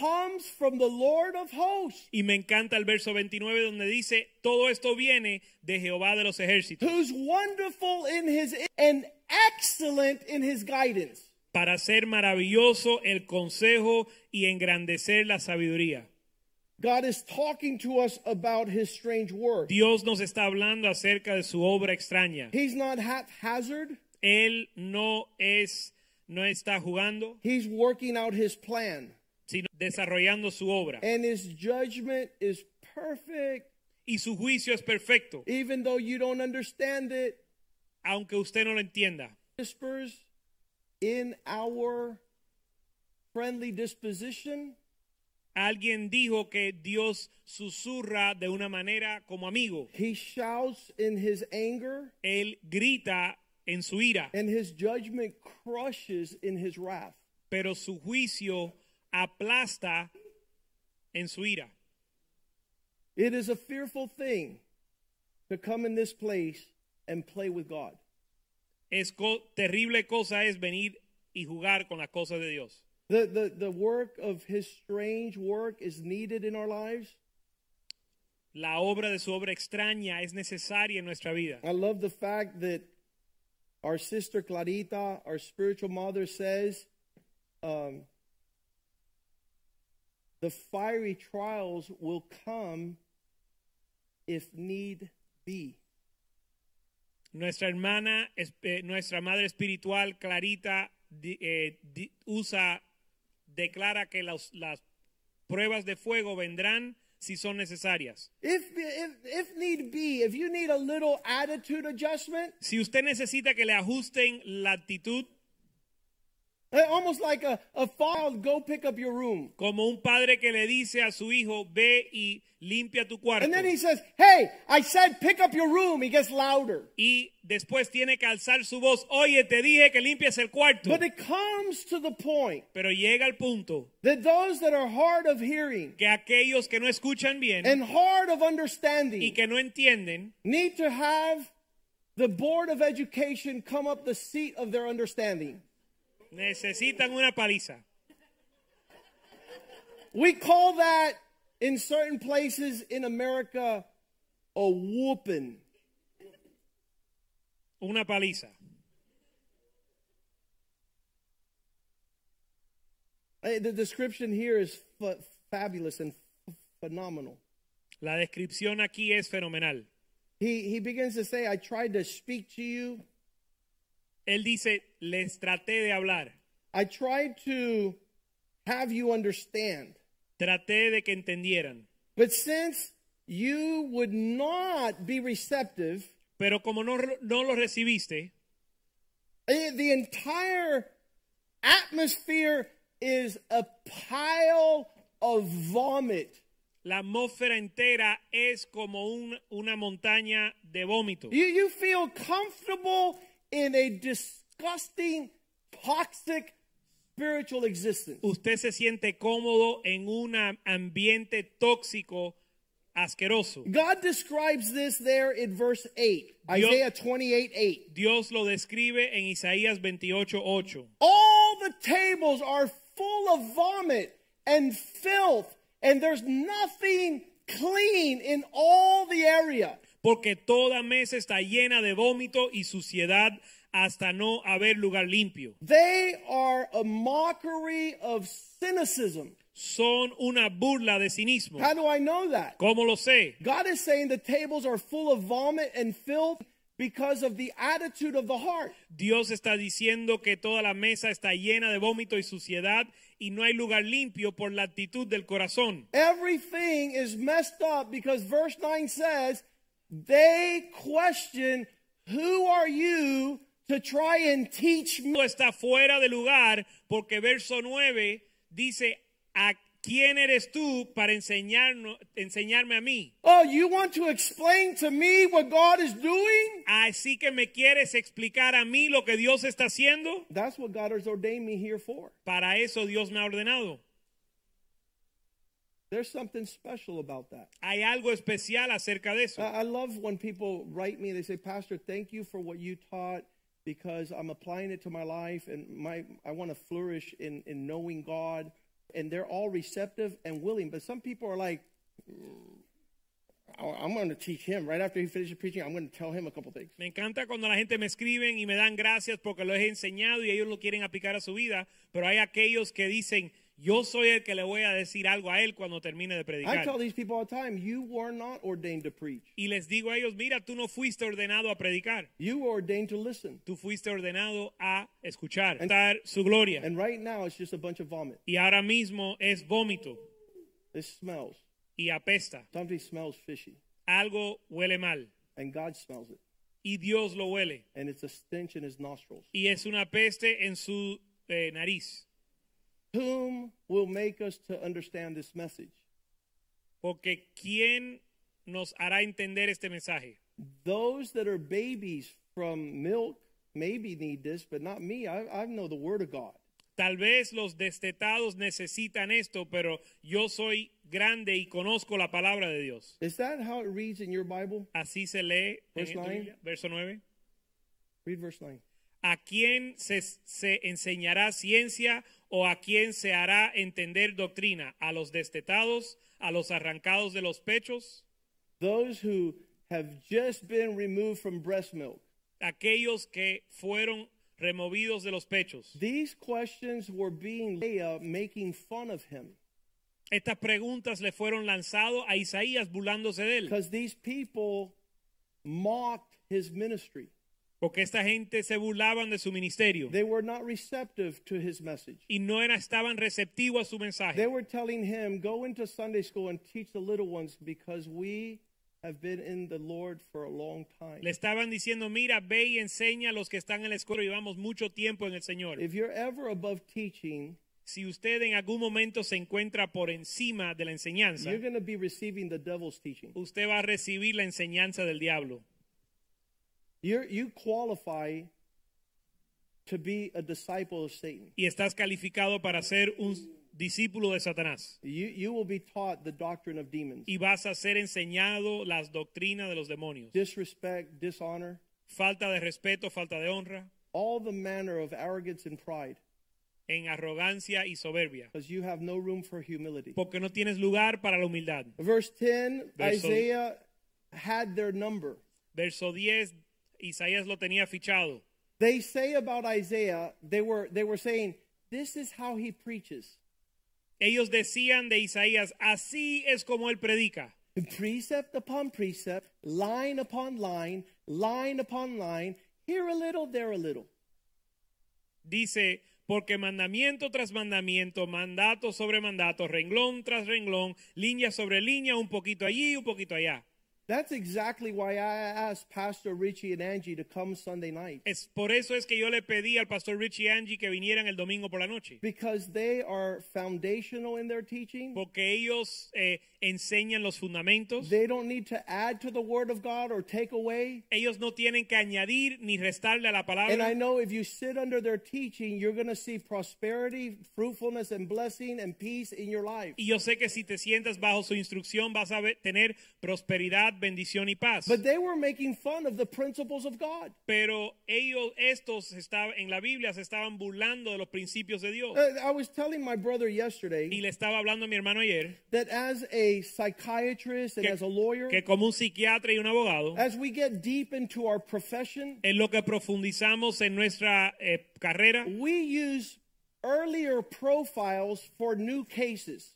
C: comes from the Lord of hosts,
B: y me encanta el verso 29 donde dice, todo esto viene de Jehová de los ejércitos,
C: who's wonderful in his and excellent in his guidance.
B: para hacer maravilloso el consejo y engrandecer la sabiduría.
C: God is talking to us about his strange work.
B: Dios nos está hablando acerca de su obra extraña.
C: He's not haphazard,
B: Él no es, no está jugando,
C: he's working out his plan.
B: sino desarrollando su obra.
C: And his judgment is perfect,
B: Y su juicio es perfecto,
C: even though you don't understand it.
B: aunque usted no lo entienda.
C: Whispers in our friendly disposition,
B: Alguien dijo que Dios susurra de una manera como amigo.
C: He shouts in his anger,
B: Él grita en su ira,
C: and his judgment crushes in his wrath.
B: pero su juicio aplasta en su ira.
C: It is a fearful thing to come in this place and play with God.
B: Es co- terrible cosa es venir y jugar con las cosas de Dios.
C: The, the, the work of his strange work is needed in our lives.
B: La obra de su obra extraña es necesaria en nuestra vida.
C: I love the fact that our sister Clarita, our spiritual mother, says um, the fiery trials will come if need be.
B: Nuestra hermana, es- eh, nuestra madre espiritual, Clarita, di- eh, di- usa, declara que las- las pruebas de fuego vendrán si son necesarias.
C: If, if, if need be, if you need a little attitude adjustment,
B: Si usted necesita que le ajusten la actitud,
C: eh, almost like a, a file, go pick up your room.
B: como un padre que le dice a su hijo, ve y limpia tu cuarto.
C: And then he says, Hey, I said pick up your room. He gets louder.
B: Y después tiene que alzar su voz, oye, te dije que limpies el cuarto.
C: But it comes to the point
B: Pero llega al punto
C: that those that are hard of hearing
B: que aquellos que no escuchan bien
C: and hard of
B: y
C: understanding
B: que no entienden,
C: need to have the Board of Education come up the seat of their understanding.
B: necesitan una paliza.
C: We call that in certain places in America a whooping.
B: Una paliza.
C: Uh, The description here is fa- fabulous and f- phenomenal.
B: La descripción aquí es fenomenal.
C: He, he begins to say, I tried to speak to you.
B: Él dice, les traté de hablar,
C: I tried to have you understand.
B: traté de que entendieran.
C: But since you would not be receptive,
B: Pero como no, no lo recibiste,
C: eh, the entire atmosphere is a pile of vomit.
B: la atmósfera entera es como un- una montaña de vómito.
C: You, you feel comfortable in a disgusting, toxic spiritual existence.
B: Usted se siente cómodo en un am- ambiente tóxico, asqueroso.
C: God describes this there in verse 8, Isaiah 28 8.
B: Dios lo describe en Isaías 28:8.
C: All the tables are full of vomit and filth, and there's nothing clean in all the area.
B: Porque toda mesa está llena de vómito y suciedad hasta no haber lugar limpio.
C: They are a mockery of cynicism.
B: Son una burla de cinismo.
C: How do I know that?
B: ¿Cómo lo sé?
C: God is saying the tables are full of vomit and filth because of the attitude of the heart.
B: Dios está diciendo que toda la mesa está llena de vómito y suciedad y no hay lugar limpio por la actitud del corazón.
C: Everything is messed up because verse 9 says, they question, Who are you to try and teach me?
B: Todo está fuera de lugar porque verso 9 dice, ¿a quién eres tú para enseñarnos- enseñarme a mí?
C: Oh, you want to explain to me what God is doing?
B: Así que me quieres explicar a mí lo que Dios está haciendo.
C: That's what God has ordained me here for.
B: Para eso Dios me ha ordenado.
C: There's something special about that.
B: Hay algo especial acerca de eso.
C: I I love when people write me, they say, Pastor, thank you for what you taught because I'm applying it to my life and my I want to flourish in, in knowing God. And they're all receptive and willing. But some people are like, "Mm, I- I'm going to teach him. Right after he finishes preaching, I'm going to tell him a couple things.
B: Me encanta cuando la gente me escriben y me dan gracias porque lo he enseñado y ellos lo quieren aplicar a su vida, pero hay aquellos que dicen, yo soy el que le voy a decir algo a él cuando termine de
C: I
B: predicar.
C: tell these people all the time, you were not ordained to preach.
B: Y les digo a ellos, mira, tú no fuiste ordenado a predicar,
C: You were ordained to listen.
B: tú fuiste ordenado a escuchar, a dar su gloria.
C: And right now, it's just a bunch of vomit.
B: Y ahora mismo es vómito
C: It smells.
B: y apesta.
C: Something smells fishy,
B: Algo huele mal
C: and God smells it,
B: y Dios lo huele.
C: and it's a stench in His nostrils.
B: y es una peste en su eh, nariz.
C: Whom will make us to understand this message?
B: Porque ¿quién nos hará entender este mensaje?
C: Those that are babies from milk maybe need this, but not me. I, I know the Word of God.
B: Tal vez los destetados necesitan esto, pero yo soy grande y conozco la palabra de Dios.
C: Is that how it reads in your Bible?
B: Así se lee en
C: Verse
B: tu
C: nine.
B: Biblia, verso 9.
C: Read verse 9.
B: ¿A quién se, se enseñará ciencia o a quién se hará entender doctrina? ¿A los destetados? ¿A los arrancados de los pechos?
C: Those who have just been removed from breast milk.
B: ¿Aquellos que fueron removidos de los pechos?
C: These questions were being Leah making fun of him
B: Estas preguntas le fueron lanzadas a Isaías burlándose de él,
C: because these people mocked his ministry.
B: porque esta gente se burlaban de su ministerio
C: They were not receptive to his message.
B: y no era- estaban receptivos a su
C: They
B: mensaje.
C: were telling him, Go into Sunday school and teach the little ones because we have been in the Lord for a long time.
B: Le estaban diciendo, mira, ve y enseña a los que están en la escuela, llevamos mucho tiempo en el Señor.
C: If you're ever above teaching,
B: Si usted en algún momento se encuentra por encima de la enseñanza,
C: you're going to be receiving the devil's teaching.
B: usted va a recibir la enseñanza del diablo.
C: You're, you qualify to be a disciple of Satan.
B: Y estás calificado para ser un discípulo de Satanás.
C: You, you will be taught the doctrine of demons
B: Y vas a ser enseñado las doctrinas de los demonios.
C: disrespect, dishonor,
B: Falta de respeto, falta de honra,
C: all the manner of arrogance and pride
B: en arrogancia y soberbia.
C: because you have no room for humility.
B: Porque no tienes lugar para la humildad.
C: Verse 10
B: Verse-
C: Isaiah had their number.
B: Verso 10, Isaías lo tenía fichado.
C: They say about Isaiah, they were, they were saying, This is how he preaches.
B: Ellos decían de Isaías, así es como él predica.
C: Precept upon precept, line upon line, line upon line, here a little, there a little.
B: Dice, porque mandamiento tras mandamiento, mandato sobre mandato, renglón tras renglón, línea sobre línea, un poquito allí, un poquito allá.
C: That's exactly why I asked Pastor Richie and Angie to come Sunday night
B: Es por eso es que yo le pedí al pastor Richie y Angie que vinieran el domingo por la noche,
C: because they are foundational in their teaching.
B: porque ellos eh, enseñan los fundamentos.
C: They don't need to add to the Word of God or take away.
B: Ellos no tienen que añadir ni restarle a la
C: And I
B: palabra.
C: know if you sit under their teaching, you're going to see prosperity, fruitfulness, and blessing and peace in your life.
B: Y yo sé que si te sientas bajo su instrucción vas a ver- tener prosperidad, bendición y paz.
C: But they were making fun of the principles of God.
B: Pero ellos, estos estaban, en la Biblia se estaban burlando de los principios de Dios.
C: Uh, I was telling my brother
B: Y
C: yesterday
B: le estaba hablando a mi hermano ayer
C: that as a psychiatrist and
B: Que-
C: as a lawyer,
B: que como un psiquiatra y un abogado,
C: as we get deep into our profession,
B: en lo que profundizamos en nuestra eh, carrera,
C: we use earlier profiles for new cases.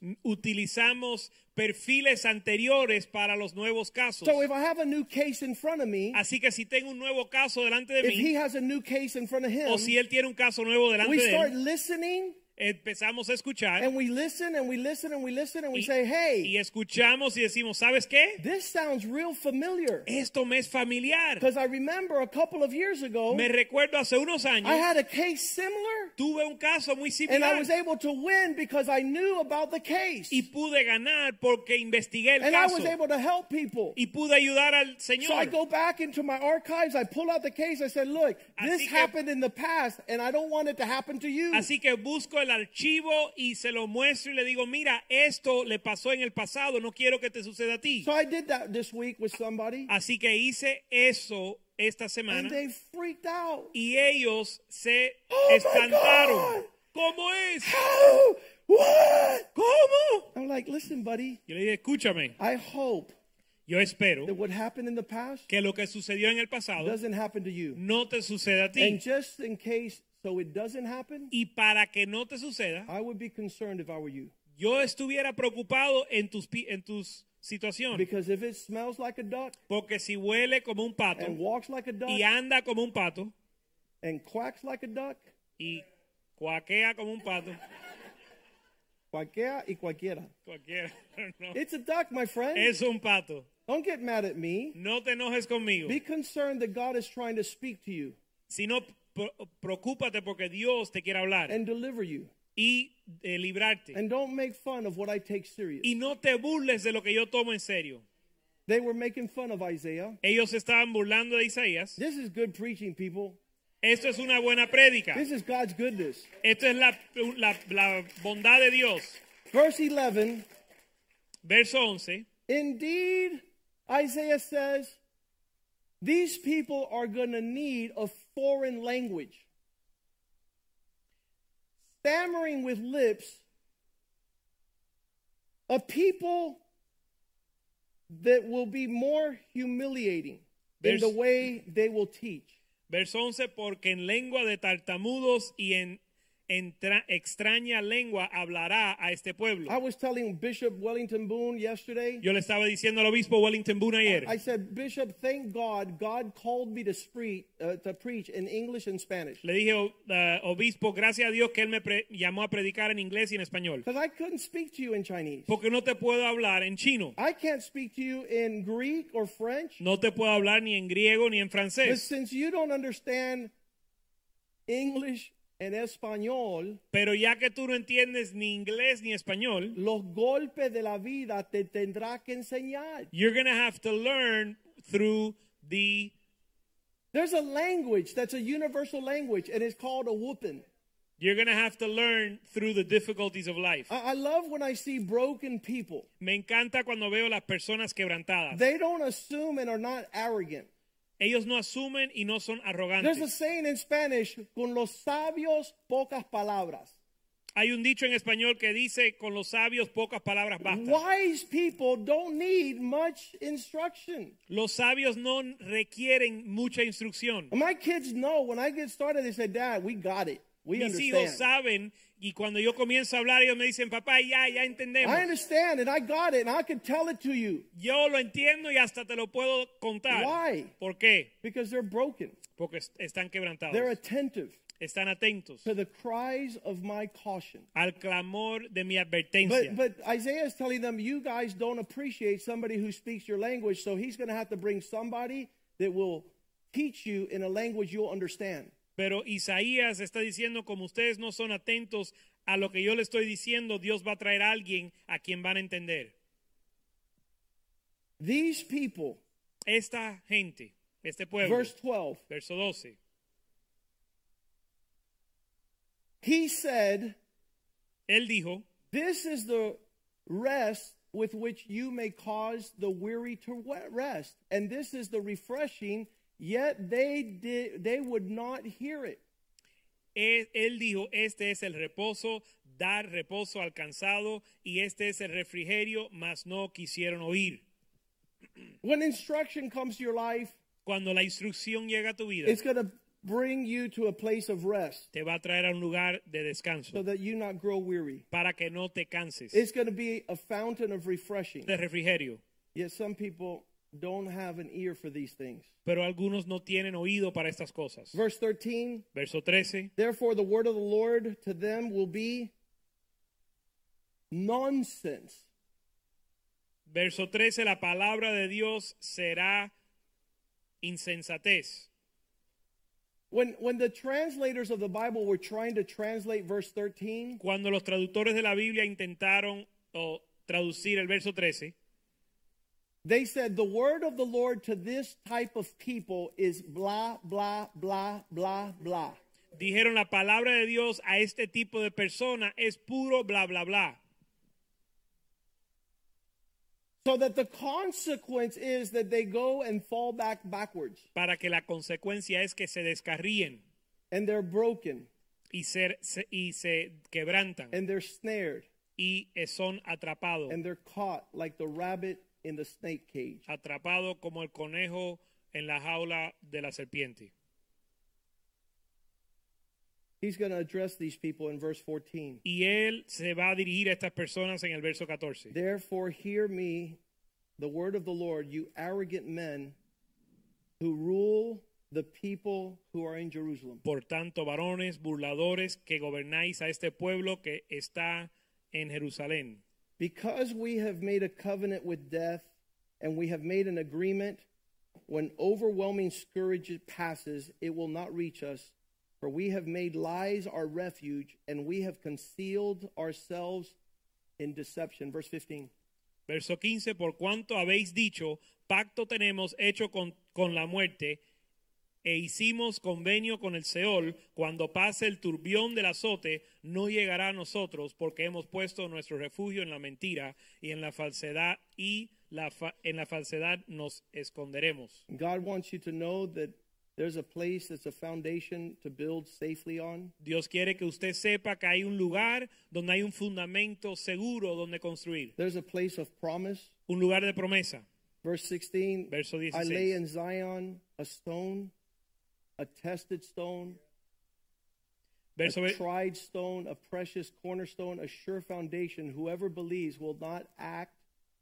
B: utilizamos perfiles anteriores para los nuevos casos.
C: So if I have a new case in front of me,
B: Así que si tengo un nuevo caso delante de
C: if he
B: mí,
C: has a new case in front of him,
B: o si él tiene un caso nuevo delante
C: we
B: de
C: start
B: él,
C: listening
B: empezamos a escuchar
C: and we listen and we listen and we listen and we
B: y,
C: say,
B: y
C: hey,
B: escuchamos y decimos, ¿sabes qué?
C: this sounds real familiar.
B: Esto me es familiar.
C: Because I remember a couple of years ago,
B: Me recuerdo hace unos años.
C: I had a case similar
B: Tuve un caso muy
C: and I
B: similar
C: was able to win because I knew about the case
B: y pude ganar porque investigué el
C: and I was
B: caso
C: able to help people.
B: y pude ayudar al
C: So I
B: Señor.
C: go back into my archives, I pull out the case, I said, look, this
B: Así que-
C: happened in the past and I don't want it to happen to you.
B: Así que busco el archivo y se lo muestro y le digo, mira, esto le pasó en el pasado, no quiero que te suceda a ti.
C: So I did that this week with somebody
B: Así que hice eso esta semana
C: and they freaked out.
B: y ellos se
C: Oh my
B: espantaron.
C: God.
B: ¿Cómo es?
C: How? What?
B: ¿Cómo?
C: I'm like, listen, buddy,
B: Yo le dije, escúchame,
C: I hope
B: yo espero
C: that what happened in the past
B: que lo que sucedió en el pasado
C: doesn't happen to you.
B: no te suceda a ti.
C: And just in case so it doesn't happen,
B: Y para que no te suceda,
C: I would be concerned if I were you.
B: yo estuviera preocupado en tus pi- en tus situaciones
C: Because if it smells like a duck
B: porque si huele como un pato
C: and walks like a duck
B: y anda como un pato
C: and quacks like a duck,
B: y cuaquea como un pato
C: cualquiera y cualquiera.
B: cualquiera no.
C: It's a duck, my friend.
B: es un pato
C: Don't get mad at me.
B: no te enojes conmigo
C: Be concerned that God is trying to speak to you
B: sino pro- preocúpate porque Dios te quiere hablar
C: and deliver you.
B: y eh, librarte.
C: And don't make fun of what I take serious.
B: Y no te burles de lo que yo tomo en serio.
C: They were making fun of Isaiah.
B: Ellos se estaban burlando de Isaías.
C: This is good preaching, people.
B: Esto es una buena prédica.
C: This is God's goodness.
B: Esto es la, la- la bondad de Dios.
C: Verse 11
B: Verso 11.
C: Indeed, Isaiah says, these people are going to need a foreign language. Stammering with lips, a people that will be more humiliating than
B: There's-
C: the way they will teach.
B: Verso 11, porque en lengua de tartamudos y en, en tra- extraña lengua hablará a este pueblo.
C: I was telling Bishop Wellington Boone yesterday,
B: Yo le estaba diciendo al obispo Wellington Boone ayer,
C: I said, Bishop, thank God, God called me to, spree, uh, to preach in English and Spanish.
B: le dije, "O- eh, obispo, gracias a Dios que él me pre- llamó a predicar en inglés y en español,
C: Because I couldn't speak to you in Chinese.
B: porque no te puedo hablar en chino,
C: I can't speak to you in Greek or French.
B: no te puedo hablar ni en griego ni en
C: But
B: francés,
C: since you don't understand English and Español,
B: pero ya que tú no entiendes ni inglés ni español,
C: los golpes de la vida te tendrá que enseñar.
B: you're going to have to learn through the
C: There's a language that's a universal language, and it's called a whooping.
B: you're going to have to learn through the difficulties of life.
C: I, I love when I see broken people.
B: Me encanta cuando veo las personas quebrantadas.
C: They don't assume and are not arrogant.
B: Ellos no asumen y no son
C: There's a
B: arrogantes.
C: saying in Spanish, con los sabios pocas palabras.
B: Hay un dicho en español que dice, con los sabios pocas palabras bastan.
C: Wise people don't need much instruction.
B: Los sabios no requieren mucha instrucción.
C: My kids know when I get started, they say, Dad, we got it. We
B: Mis hijos saben
C: understand.
B: y cuando yo comienzo a hablar ellos me dicen, papá, ya, ya entendemos.
C: I understand and I got it and I can tell it to you
B: Yo lo entiendo y hasta te lo puedo contar.
C: Why?
B: ¿Por qué?
C: because they're broken.
B: Porque est- están quebrantados.
C: They're attentive
B: Están atentos
C: to the cries of my caution.
B: al clamor de mi
C: But,
B: advertencia.
C: but Isaiah is telling them, you guys don't appreciate somebody who speaks your language, so he's going to have to bring somebody that will teach you in a language you'll understand.
B: Pero Isaías está diciendo, como ustedes no son atentos a lo que yo le estoy diciendo, Dios va a traer a alguien a quien van a entender.
C: These people,
B: Esta gente, este pueblo,
C: verse 12,
B: verso 12,
C: he said,
B: él dijo,
C: This is the rest with which you may cause the weary to we- rest, and this is the refreshing. Yet they did, they would not hear it.
B: e- él dijo, este es el reposo, dar reposo al cansado, y este es el refrigerio, mas no quisieron oír.
C: When instruction comes to your life,
B: Cuando la instrucción llega a tu vida,
C: it's going to bring you to a place of rest,
B: te va a traer a un lugar de
C: so
B: descanso
C: that you not grow weary.
B: para que no te canses
C: It's going to be a fountain of refreshing.
B: de refrigerio.
C: Yet some people don't have an ear for these things.
B: Pero algunos no tienen oído para estas cosas.
C: Verse 13.
B: Verso 13.
C: Therefore, the word of the Lord to them will be nonsense.
B: Verso 13, la palabra de Dios será insensatez.
C: When, when the translators of the Bible were trying to translate verse 13,
B: Cuando los traductores de la Biblia intentaron o, traducir el verso 13,
C: they said, The word of the Lord to this type of people is blah, blah, blah, blah, blah.
B: dijeron la palabra de Dios a este tipo de persona es puro bla bla bla.
C: So that the consequence is that they go and fall back backwards
B: Para que la consecuencia es que se descarríen
C: and they're broken
B: y, ser- se, y se quebrantan
C: and they're snared
B: y eh, son atrapados.
C: and they're caught like the rabbit in the snake cage.
B: Atrapados como el conejo en la jaula de la serpiente.
C: He's going to address these people in verse 14.
B: Y él se va a dirigir a estas personas en el verso 14.
C: Therefore, hear me, the word of the Lord, you arrogant men who rule the people who are in Jerusalem.
B: Por tanto, varones burladores que gobernáis a este pueblo que está en Jerusalén,
C: Because we have made a covenant with death and we have made an agreement, when overwhelming scourge passes, it will not reach us, For we have made lies our refuge, and we have concealed ourselves in deception. Verse 15.
B: Verso 15, por cuanto habéis dicho, pacto tenemos hecho con, con la muerte, e hicimos convenio con el Seol, cuando pase el turbión del azote, no llegará a nosotros, porque hemos puesto nuestro refugio en la mentira y en la falsedad, y la fa- en la falsedad nos esconderemos.
C: God wants you to know that there's a place that's a foundation to build safely on.
B: Dios quiere que usted sepa que hay un lugar donde hay un fundamento seguro donde construir,
C: There's a place of promise.
B: un lugar de promesa.
C: Verse 16,
B: Verso 16.
C: I lay in Zion a stone, a tested stone,
B: Verso
C: a
B: ve-
C: tried stone, a precious cornerstone, a sure foundation. Whoever believes will not act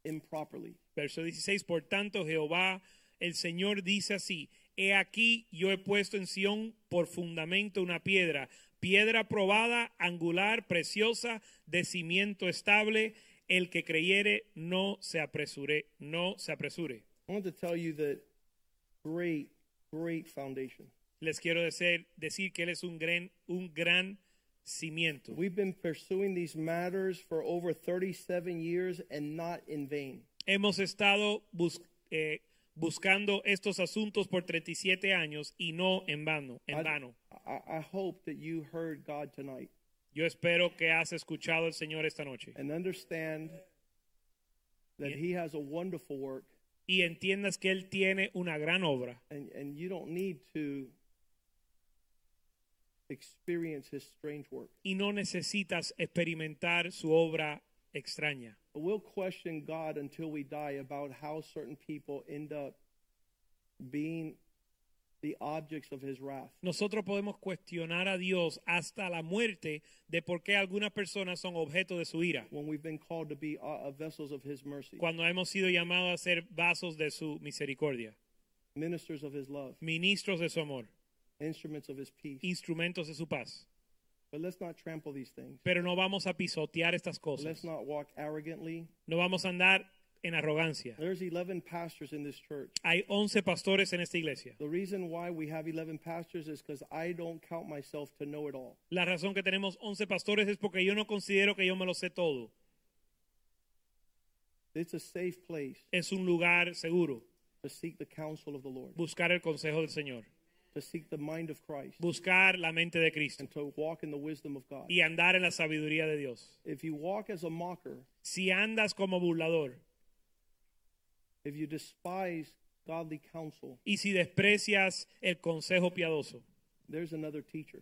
C: improperly.
B: Verso 16, por tanto Jehová, el Señor dice así, he aquí yo he puesto en Sión por fundamento una piedra, piedra probada, angular, preciosa, de cimiento estable, el que creyere no se apresure, no se apresure.
C: I want to tell you that great, great foundation.
B: Les quiero decir, decir que él es un gran, un gran cimiento.
C: We've been pursuing these matters for over 37 years and not in vain.
B: Hemos estado bus- eh, buscando estos asuntos por 37 años y no en vano, en vano.
C: I, I hope that you heard God tonight
B: Yo espero que has escuchado al Señor esta noche
C: and understand that He has a wonderful work
B: y entiendas que Él tiene una gran obra
C: and, and you don't need to experience His strange work.
B: y no necesitas experimentar su obra extraña.
C: But we'll question God until we die about how certain people end up being the objects of His wrath.
B: Nosotros podemos cuestionar a Dios hasta la muerte de por qué algunas personas son objeto de su ira,
C: when we've been called to be uh, uh, vessels of his mercy,
B: cuando hemos sido llamados a ser vasos de su misericordia,
C: ministers of his love,
B: ministros de su amor,
C: instruments of his peace.
B: instrumentos de su paz.
C: But let's not trample these things.
B: Pero no vamos a pisotear estas
C: Let's
B: cosas,
C: not walk arrogantly.
B: no vamos a andar en arrogancia.
C: There's 11 pastors in this church.
B: Hay 11 pastores en esta iglesia.
C: The reason why we have 11 pastors is because I don't count myself to know it all.
B: La razón que tenemos 11 pastores es porque yo no considero que yo me lo sé todo.
C: It's a safe place
B: Es un lugar seguro.
C: to seek the counsel of the Lord,
B: Buscar el consejo del Señor.
C: to seek the mind of Christ,
B: Buscar la mente de Cristo.
C: and to walk in the wisdom of God.
B: Y andar en la sabiduría de Dios.
C: If you walk as a mocker,
B: Si andas como burlador
C: if you despise godly counsel,
B: y si desprecias el consejo piadoso,
C: there's another teacher,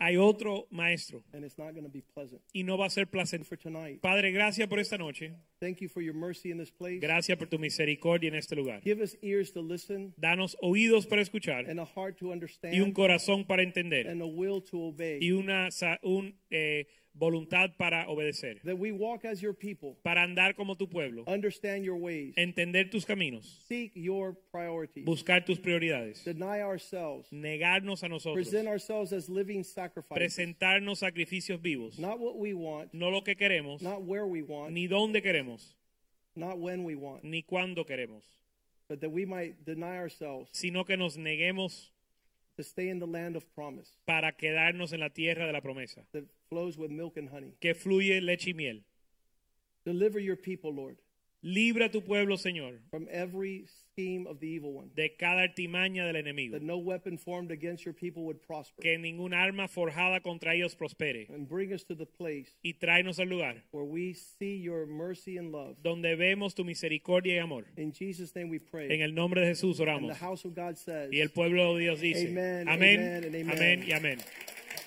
B: hay otro maestro
C: and it's not going to be pleasant.
B: y no va a ser
C: Thank
B: placentero.
C: you for tonight.
B: Padre, gracias por esta noche.
C: Thank you for your mercy in this place.
B: Gracias por tu misericordia en este lugar.
C: Give us ears to listen
B: Danos oídos para escuchar
C: and a heart to understand
B: y un corazón para entender
C: and a will to obey.
B: y una sa- un, eh, voluntad para obedecer.
C: that we walk as your people,
B: para andar como tu pueblo,
C: understand your ways,
B: entender tus caminos,
C: seek your priorities,
B: buscar tus prioridades,
C: deny ourselves,
B: negarnos a nosotros,
C: present ourselves as living sacrifices,
B: presentarnos sacrificios vivos,
C: not what we want,
B: no lo que queremos,
C: not where we want,
B: ni dónde queremos,
C: not when we want,
B: ni cuándo queremos,
C: but that we might deny ourselves
B: sino que nos neguemos
C: to stay in the land of promise
B: para quedarnos en la tierra de la promesa,
C: that flows with milk and honey.
B: que fluye leche y miel.
C: Deliver your people, Lord,
B: Libra a tu pueblo, Señor,
C: from every scheme of the evil one,
B: de cada artimaña del enemigo,
C: that no weapon formed against your people would prosper.
B: que ningún arma forjada contra ellos prospere,
C: and bring us to the place
B: y tráenos al lugar
C: where we see your mercy and love.
B: donde vemos tu misericordia y amor.
C: In Jesus' name we pray.
B: En el nombre de Jesús
C: and the
B: oramos.
C: house of God says,
B: Y el pueblo de Dios dice,
C: Amen,
B: amén,
C: amen, and amen.
B: amén y amén.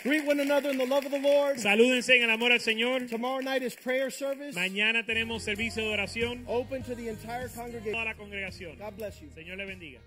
C: greet one another in the love of the Lord.
B: Salúdense en el amor al Señor.
C: Tomorrow night is prayer service
B: Mañana tenemos servicio de oración
C: open to the entire
B: toda
C: congregation.
B: la congregación.
C: God bless you.
B: Señor le bendiga.